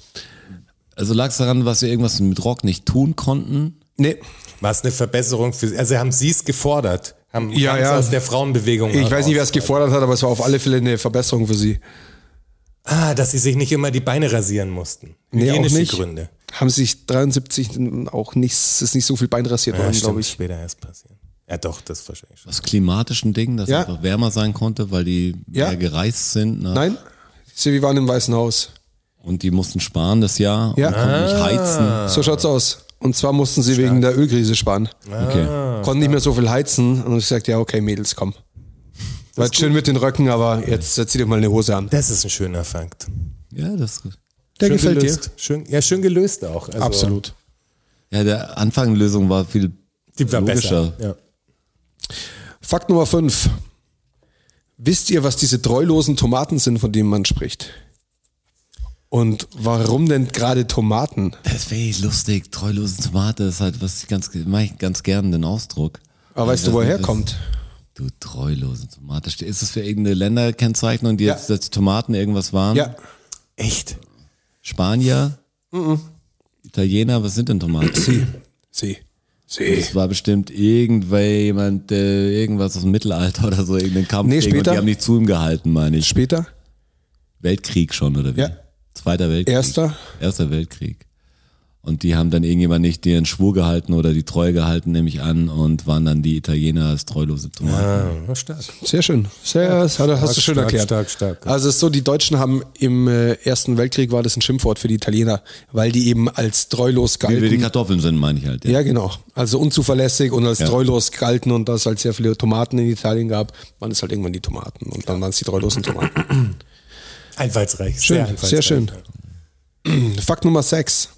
Also lag es daran, was wir irgendwas mit Rock nicht tun konnten? Nee, War es eine Verbesserung für sie? Also haben sie es gefordert? Haben Ja, haben sie ja. aus der Frauenbewegung ich weiß nicht, wer es heraus- gefordert hat, aber es war auf alle Fälle eine Verbesserung für sie. Ah, dass sie sich nicht immer die Beine rasieren mussten. Nee, auch Hygienische nicht. Gründe. Haben sich 73 auch nicht, es ist nicht so viel Bein rasiert Ja, worden, stimmt, glaube ich. später erst passieren. Ja doch, das wahrscheinlich schon. Aus klimatischen Dingen, dass Ja. es einfach wärmer sein konnte, weil die Ja. mehr gereist sind. ne? Nein, sie waren im Weißen Haus. Und die mussten sparen das Jahr Ja. Ah. und konnten nicht Ah. heizen. So schaut's aus. Und zwar mussten sie wegen der Ölkrise sparen. Okay. Konnten nicht mehr so viel heizen. Und ich sagte, ja, okay, Mädels, komm. War jetzt schön mit den Röcken, aber jetzt, jetzt zieh dir mal eine Hose an. Das ist ein schöner Fakt. Ja, das ist gut. Der Schön gelöst. Schön, ja, schön gelöst auch. Also, Absolut. Ja, der Anfang der Lösung war viel Die war logischer. besser. Ja. Fakt Nummer 5. Wisst ihr, was diese treulosen Tomaten sind, von denen man spricht? Und warum denn gerade Tomaten? Das finde ich lustig. Treulose Tomate ist halt, was ich ganz, mach ich ganz gern den Ausdruck. Aber weißt Ich du, weiß woher nicht, kommt? das- Du treulose Tomate. Ste- Ist das für irgendeine Länderkennzeichnung, die Ja. jetzt, dass die Tomaten irgendwas waren? Hm? Ja, Echt? Spanier? Italiener? Was sind denn Tomaten? <clears throat> sie. Sie. Sie. Das war bestimmt irgendjemand, äh, irgendwas aus dem Mittelalter oder so, irgendein Kampf. Nee, gegen- und später. die haben nicht zu ihm gehalten, meine ich. Später? Weltkrieg schon, oder wie? Ja. Zweiter Weltkrieg. Erster? Erster Weltkrieg. Und die haben dann irgendjemand nicht den Schwur gehalten oder die Treue gehalten, nehme ich an, und waren dann die Italiener als treulose Tomaten. Ja, stark. Sehr schön. Sehr, das hat- hast du schön stark, erklärt. stark, stark. Also es ist so, die Deutschen haben im äh, Ersten Weltkrieg war das ein Schimpfwort für die Italiener, weil die eben als treulos Wie wir die galten. Kartoffeln sind, meine ich halt. Ja. Ja, genau. Also unzuverlässig und als Ja. treulos galten und da es halt sehr viele Tomaten in Italien gab, waren es halt irgendwann die Tomaten und dann waren es die treulosen Tomaten. Einfallsreich. Schön, sehr, sehr, einfallsreich. schön. Fakt Nummer 6.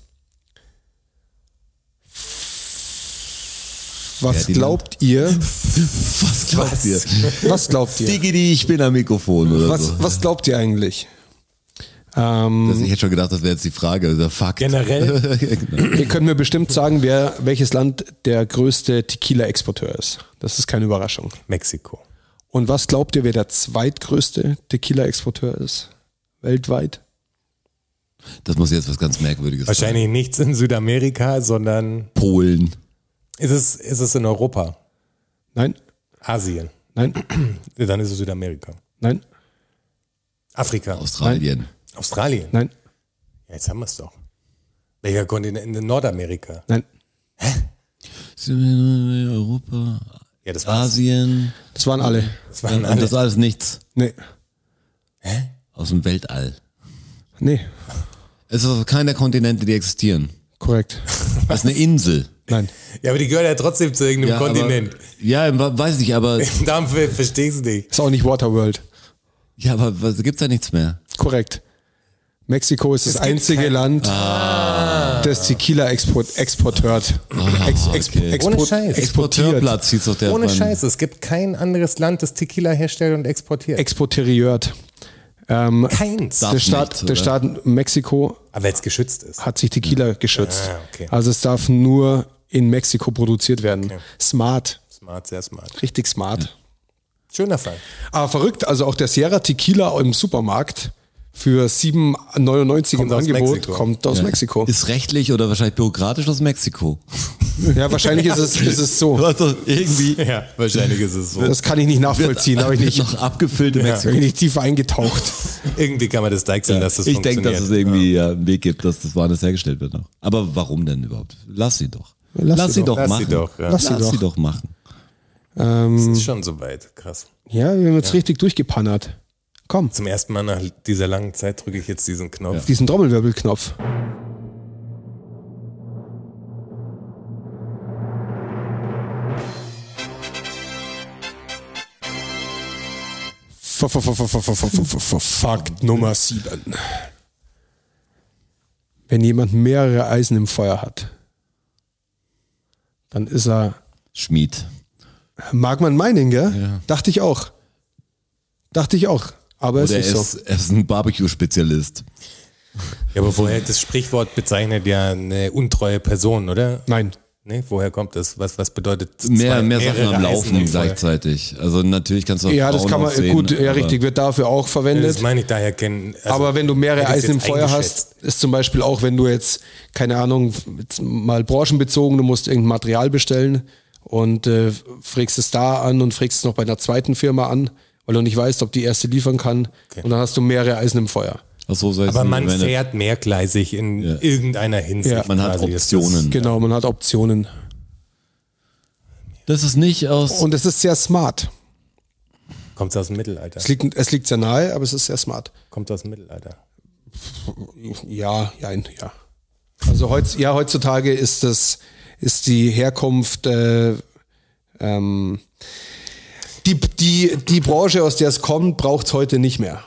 Was Ferdinand. glaubt ihr? Was glaubt ihr? Was glaubt ihr? Digidi, ich bin am Mikrofon oder so. Was, was glaubt ihr eigentlich? Ähm, Also ich hätte schon gedacht, das wäre jetzt die Frage. Also Fakt. Generell? <laughs> Genau. ihr könnt mir bestimmt sagen, wer, welches Land der größte Tequila-Exporteur ist. Das ist keine Überraschung. Mexiko. Und was glaubt ihr, wer der zweitgrößte Tequila-Exporteur ist? Weltweit? das muss jetzt was ganz Merkwürdiges sein. Wahrscheinlich nichts in Südamerika, sondern Polen. ist es, ist es in Europa, Nein? Asien. Nein? Dann ist es Südamerika. Nein? Afrika. Australien. Australien. Nein? Ja, jetzt haben wir es doch. Welcher Kontinent? In Nordamerika. Nein? Europa. Ja, das war's. Asien. Das waren alle. Das waren Und das alle. alles nichts. Nee. Aus dem Weltall. Nee. Es ist keiner Kontinente, die existieren. Korrekt. Das ist eine Insel. Nein. Ja, aber die gehört ja trotzdem zu irgendeinem Ja, Kontinent. <laughs> Aber, ja, wa- weiß ich, aber, Darum ver- verstehe ich es nicht. Ist auch nicht Waterworld. ja, aber was, gibt's da nichts mehr? Korrekt. Mexiko ist das gibt einzige kein- Land, Ah. das Tequila export, exportiert. Ex, ex, okay. export, Ohne Exportiert. Scheiß. Exporteurplatz hieß doch der Ohne beim- Scheiß, es gibt kein anderes Land, das Tequila herstellt und exportiert. Exporteriert. Keins. Darf Der nicht, Staat, oder? der Staat Mexiko Aber weil es geschützt ist. hat sich Tequila geschützt. Ah, okay. Also es darf nur in Mexiko produziert werden. Smart. Smart, sehr smart. Richtig smart. Schöner Fall. Aber verrückt, also auch der Sierra Tequila im Supermarkt für 7,99 im Kommt aus Angebot Mexiko. kommt aus Mexiko. Ist rechtlich oder wahrscheinlich bürokratisch aus Mexiko. Ja, wahrscheinlich ist es, ist es so. Also irgendwie Ja, wahrscheinlich ist es so. Das kann ich nicht nachvollziehen, habe ich nicht. noch abgefüllte Mexiko. Bin ich tief eingetaucht. Irgendwie kann man das deichseln, dass das ich denke, funktioniert. dass es irgendwie ja. einen Weg gibt, dass das woanders hergestellt wird noch. Aber warum denn überhaupt? Lass sie doch. Lass, sie doch Lass sie machen. doch, ja. Lass, Lass sie sie doch. doch machen. Das ist schon soweit. Krass. Ja, wir haben jetzt richtig durchgepannert. Komm, Zum ersten Mal nach dieser langen Zeit drücke ich jetzt diesen Knopf. diesen Trommelwirbelknopf. F- f- f- f- f- f- f- f- f- Fakt Nummer 7. Wenn jemand mehrere Eisen im Feuer hat, dann ist er Schmied. Mag man meinen, gell? Dachte ich auch. Dachte ich auch. Aber Oder er es ist, ist, so. er ist ein Barbecue-Spezialist. Ja, aber woher das Sprichwort bezeichnet ja eine untreue Person, oder? Nein. Nee, woher kommt das? Was, was bedeutet Mehr, zwei- mehr Sachen mehrere am Eisen Laufen im Feuer? gleichzeitig. Also natürlich kannst du auch Ja, das Frauen kann man, noch sehen, ne? gut, ja, aber- richtig, wird dafür auch Das verwendet. meine ich daher kennen. Also, aber wenn du mehrere hätte ich Eisen im jetzt Feuer eingeschätzt. hast, ist zum Beispiel auch, wenn du jetzt, keine Ahnung, jetzt mal branchenbezogen, du musst irgendein Material bestellen und äh, frägst es da an und frägst es noch bei einer zweiten Firma an, weil du nicht weißt, ob die erste liefern kann. Und dann hast du mehrere Eisen im Feuer. Ach so, sei es Aber nicht, man wenn er- fährt mehrgleisig in irgendeiner Hinsicht. Ja. Man hat quasi. Das ist- Optionen. Genau, man hat Optionen. Das ist nicht aus. Und es ist sehr smart. Kommt aus dem Mittelalter. Es liegt, es liegt sehr nahe, aber es ist sehr smart. Kommt aus dem Mittelalter. Ja, jein, ja. Also heutz, ja, heutzutage ist das, ist die Herkunft, äh, ähm, die, die, die Branche, aus der es kommt, braucht es heute nicht mehr.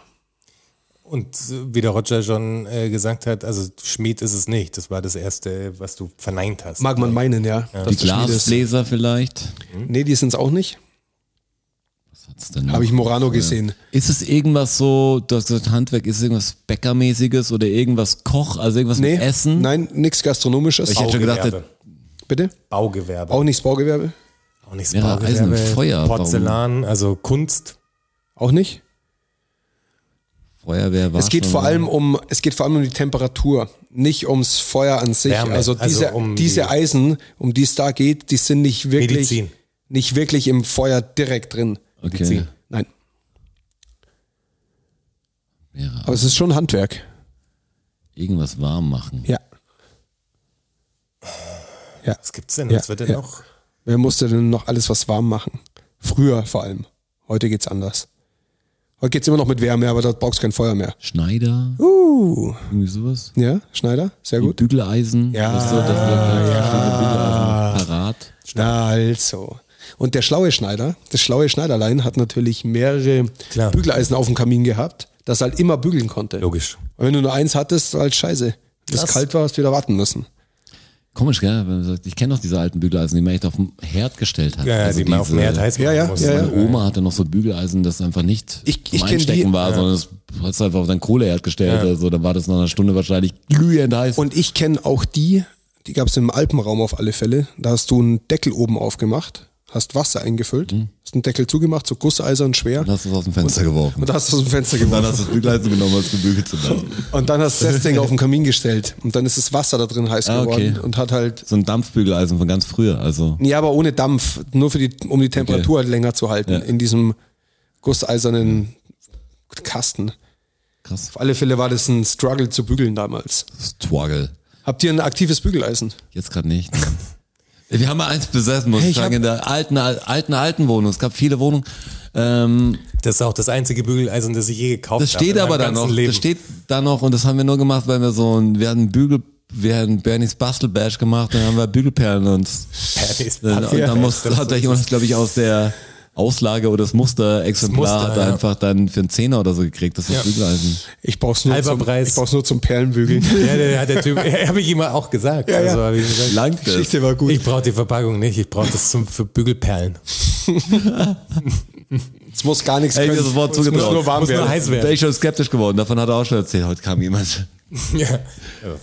Und äh, wie der Roger schon äh, gesagt hat, also Schmied ist es nicht. Das war das Erste, was du verneint hast. Äh, Mag man meinen, ja. dass Die das Schmied ist. Glasbläser vielleicht. Nee, die sind es auch nicht. Was hat's denn noch? Habe ich Morano gesehen. Ist es irgendwas so, das das Handwerk, ist es irgendwas Bäckermäßiges oder irgendwas Koch, also irgendwas Nee, mit Essen? nein, nichts Gastronomisches. Ich hätte schon gedacht, das- Baugewerbe. Bitte? Baugewerbe. Auch nichts Baugewerbe? Auch nichts Ja, Eisen im Feuer, warum? Porzellan, also Kunst. Auch nicht? Feuerwehr war Es geht schon vor mal. allem um, es geht vor allem um die Temperatur, nicht ums Feuer an sich. Wärme, also also diese, um die- diese Eisen, um die es da geht, die sind nicht wirklich, Medizin. nicht wirklich im Feuer direkt drin. Okay. Nein. Ja, Aber es ist schon Handwerk. irgendwas warm machen. Ja. Ja. Was gibt's denn? Ja, Was wird denn ja. noch? Wer musste denn noch alles was warm machen? Früher vor allem. Heute geht's anders. Heute geht's immer noch mit Wärme, aber da brauchst du kein Feuer mehr. Schneider. Irgendwie sowas. Ja, Schneider? Sehr gut. Bügeleisen. Uh. Ja, Weißt du, dass wir halt da ja. Bügeleisen parat. Na also. Und der schlaue Schneider, das schlaue Schneiderlein hat natürlich mehrere Klar. Bügeleisen auf dem Kamin gehabt, das halt immer bügeln konnte. Logisch. Und wenn du nur eins hattest, war halt scheiße. Wenn es Krass. kalt war, hast du wieder warten müssen. Komisch, gell? Wenn man sagt, Ich kenne noch diese alten Bügeleisen, die man echt auf den Herd gestellt hat. Also Ja, ja, die man auf dem diese- Herd heiß machen Ja, ja, muss. ja, ja. Meine Oma hatte noch so Bügeleisen, das einfach nicht Ich- zum ich kenn Einstecken die- war, sondern das hast du einfach auf dein Kohleherd gestellt. Also dann war das nach einer Stunde wahrscheinlich glühend heiß. Und ich kenne auch die, die gab es im Alpenraum auf alle Fälle. Da hast du einen Deckel oben aufgemacht, hast Wasser eingefüllt, Mhm. hast den Deckel zugemacht, so gusseisern schwer. Dann hast du es aus dem Fenster geworfen. Und da hast du aus dem Fenster geworfen. Dann <laughs> hast du das Bügeleisen genommen, hast gebügelt <laughs> zu lassen. Und dann hast du das Ding auf den Kamin gestellt. Und dann ist das Wasser da drin heiß Ah, okay. geworden und hat halt. So ein Dampfbügeleisen von ganz früher. Also Ja, aber ohne Dampf, nur für die, um die Temperatur halt länger zu halten in diesem gusseisernen Kasten. krass. Auf alle Fälle war das ein Struggle zu bügeln damals. Struggle. Habt ihr ein aktives Bügeleisen? Jetzt gerade nicht. ne. <laughs> Wir haben mal eins besessen, muss Hey, ich ich hab- sagen, in der alten, alten, alten Wohnung. Es gab viele Wohnungen. Ähm, Das ist auch das einzige Bügeleisen, das ich je gekauft Das habe. steht in aber meinem da ganzen noch. Leben. Das steht da noch und das haben wir nur gemacht, weil wir so ein, wir hatten Bügel, wir hatten Bernies Bastelbash gemacht, dann haben wir Bügelperlen und, Bernies <laughs> dann, und dann Bastelbash, <laughs> muss, das hat ist- jemand, glaube ich, aus der Auslage oder das Das Musterexemplar Muster, hat er ja. einfach dann für einen Zehner oder so gekriegt, das ist Ja. Bügeleisen. Ich brauch's nur, Halber zum, Preis. ich brauch's nur zum <laughs> Perlenbügeln. Ja, der, der Typ, <laughs> habe ich ihm auch gesagt. Ja, ja. Also, hab ich, gesagt, Langt Die <laughs> das. Geschichte war gut. ich brauche die Verpackung nicht, ich brauche das zum, für Bügelperlen. Es muss gar nichts Hätte ich können. mir sofort es muss zugetraut. nur warm Muss nur werden. heiß Wäre werden. ich schon skeptisch geworden, davon hat er auch schon erzählt. Heute <laughs> kam jemand, Ja.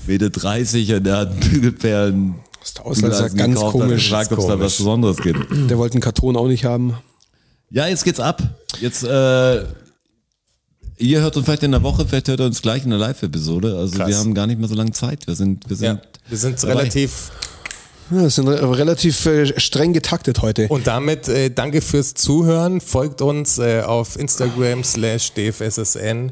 Mitte 30 und der hat Bügelperlen. Das Ausland sagt Bügeleisen ganz gekauft, hat komisch. gefragt, ob es da Komisch. was Besonderes gibt. Der wollte einen Karton auch nicht haben. Ja, jetzt geht's ab. Jetzt, äh, ihr hört uns vielleicht in der Woche, vielleicht hört ihr uns gleich in der Live-Episode. Also Krass. wir haben gar nicht mehr so lange Zeit. Wir sind, wir sind ja. Wir sind relativ. Ja, das sind re relativ äh, streng getaktet heute. Und damit äh, danke fürs Zuhören. Folgt uns äh, auf Instagram slash dfssn.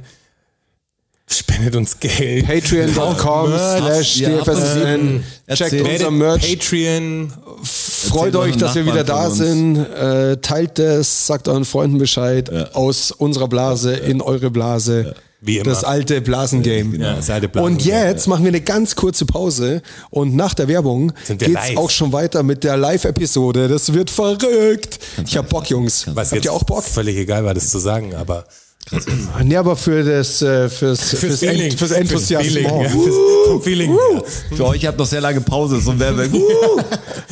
Spendet uns Geld. Patreon.com slash Ja, ab und DFSN. zu. Checkt Erzählt. unser Werdet Merch. Patreon. Freut euch, euren dass wir Nachbarn wieder da von uns. sind. Äh, teilt es, sagt euren Freunden Bescheid. Aus unserer Blase in eure Blase. Wie immer. Das alte Blasengame. Ja, genau. das alte Blasen- Und jetzt machen wir eine ganz kurze Pause und nach der Werbung Sind wir geht's live? auch schon weiter mit der Live-Episode. Das wird verrückt. Ich hab Bock, Jungs. Was Habt jetzt ihr auch Bock? Völlig egal war das zu sagen, aber Nee, aber für das, äh, fürs, fürs, Ent, fürs Feeling, ja, Enthusiasmus. fürs, vom Feeling her. Für euch habt noch sehr lange Pause, so wäre wir. <laughs>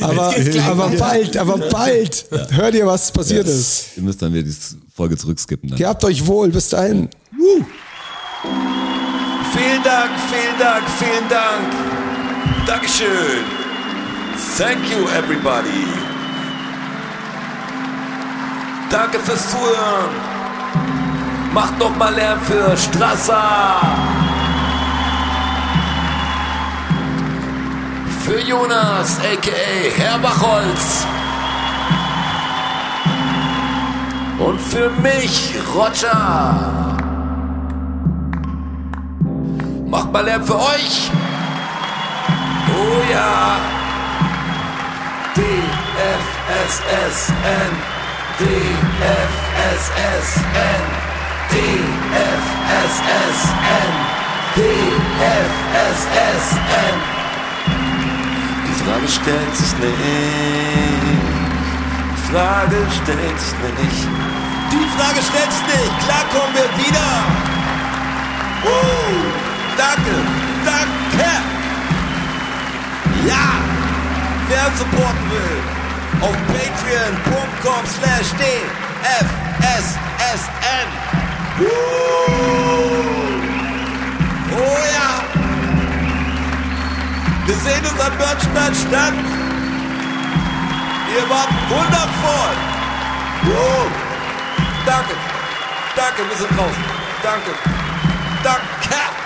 <laughs> Aber, geht's gleich aber weiter. bald, aber bald. Hört ihr, was passiert ist. Ihr müsst dann wieder die Folge zurückskippen. Dann. Gehabt euch wohl. Bis dahin. Vielen Dank, vielen Dank, vielen Dank. Dankeschön. Thank you, everybody. Danke fürs Zuhören. Macht noch mal Lärm für Strasser. Für Jonas, a.k.a. Herr Wachholz. Und für mich, Roger. Macht mal Lärm für euch. Oh ja. DFSSN. DFSSN. DFSSN. DFSSN. Die Frage stellt sich nicht. Die Frage stellt sich nicht. Die Frage stellt sich nicht. Klar kommen wir wieder. Uh, danke, danke. Ja, wer uns supporten will, auf patreon.com slash dfssn. Uh, oh ja. Wir sehen uns an Börnstein statt. Ihr wart wundervoll. Uh, danke, danke, wir sind draußen. Danke. Danke.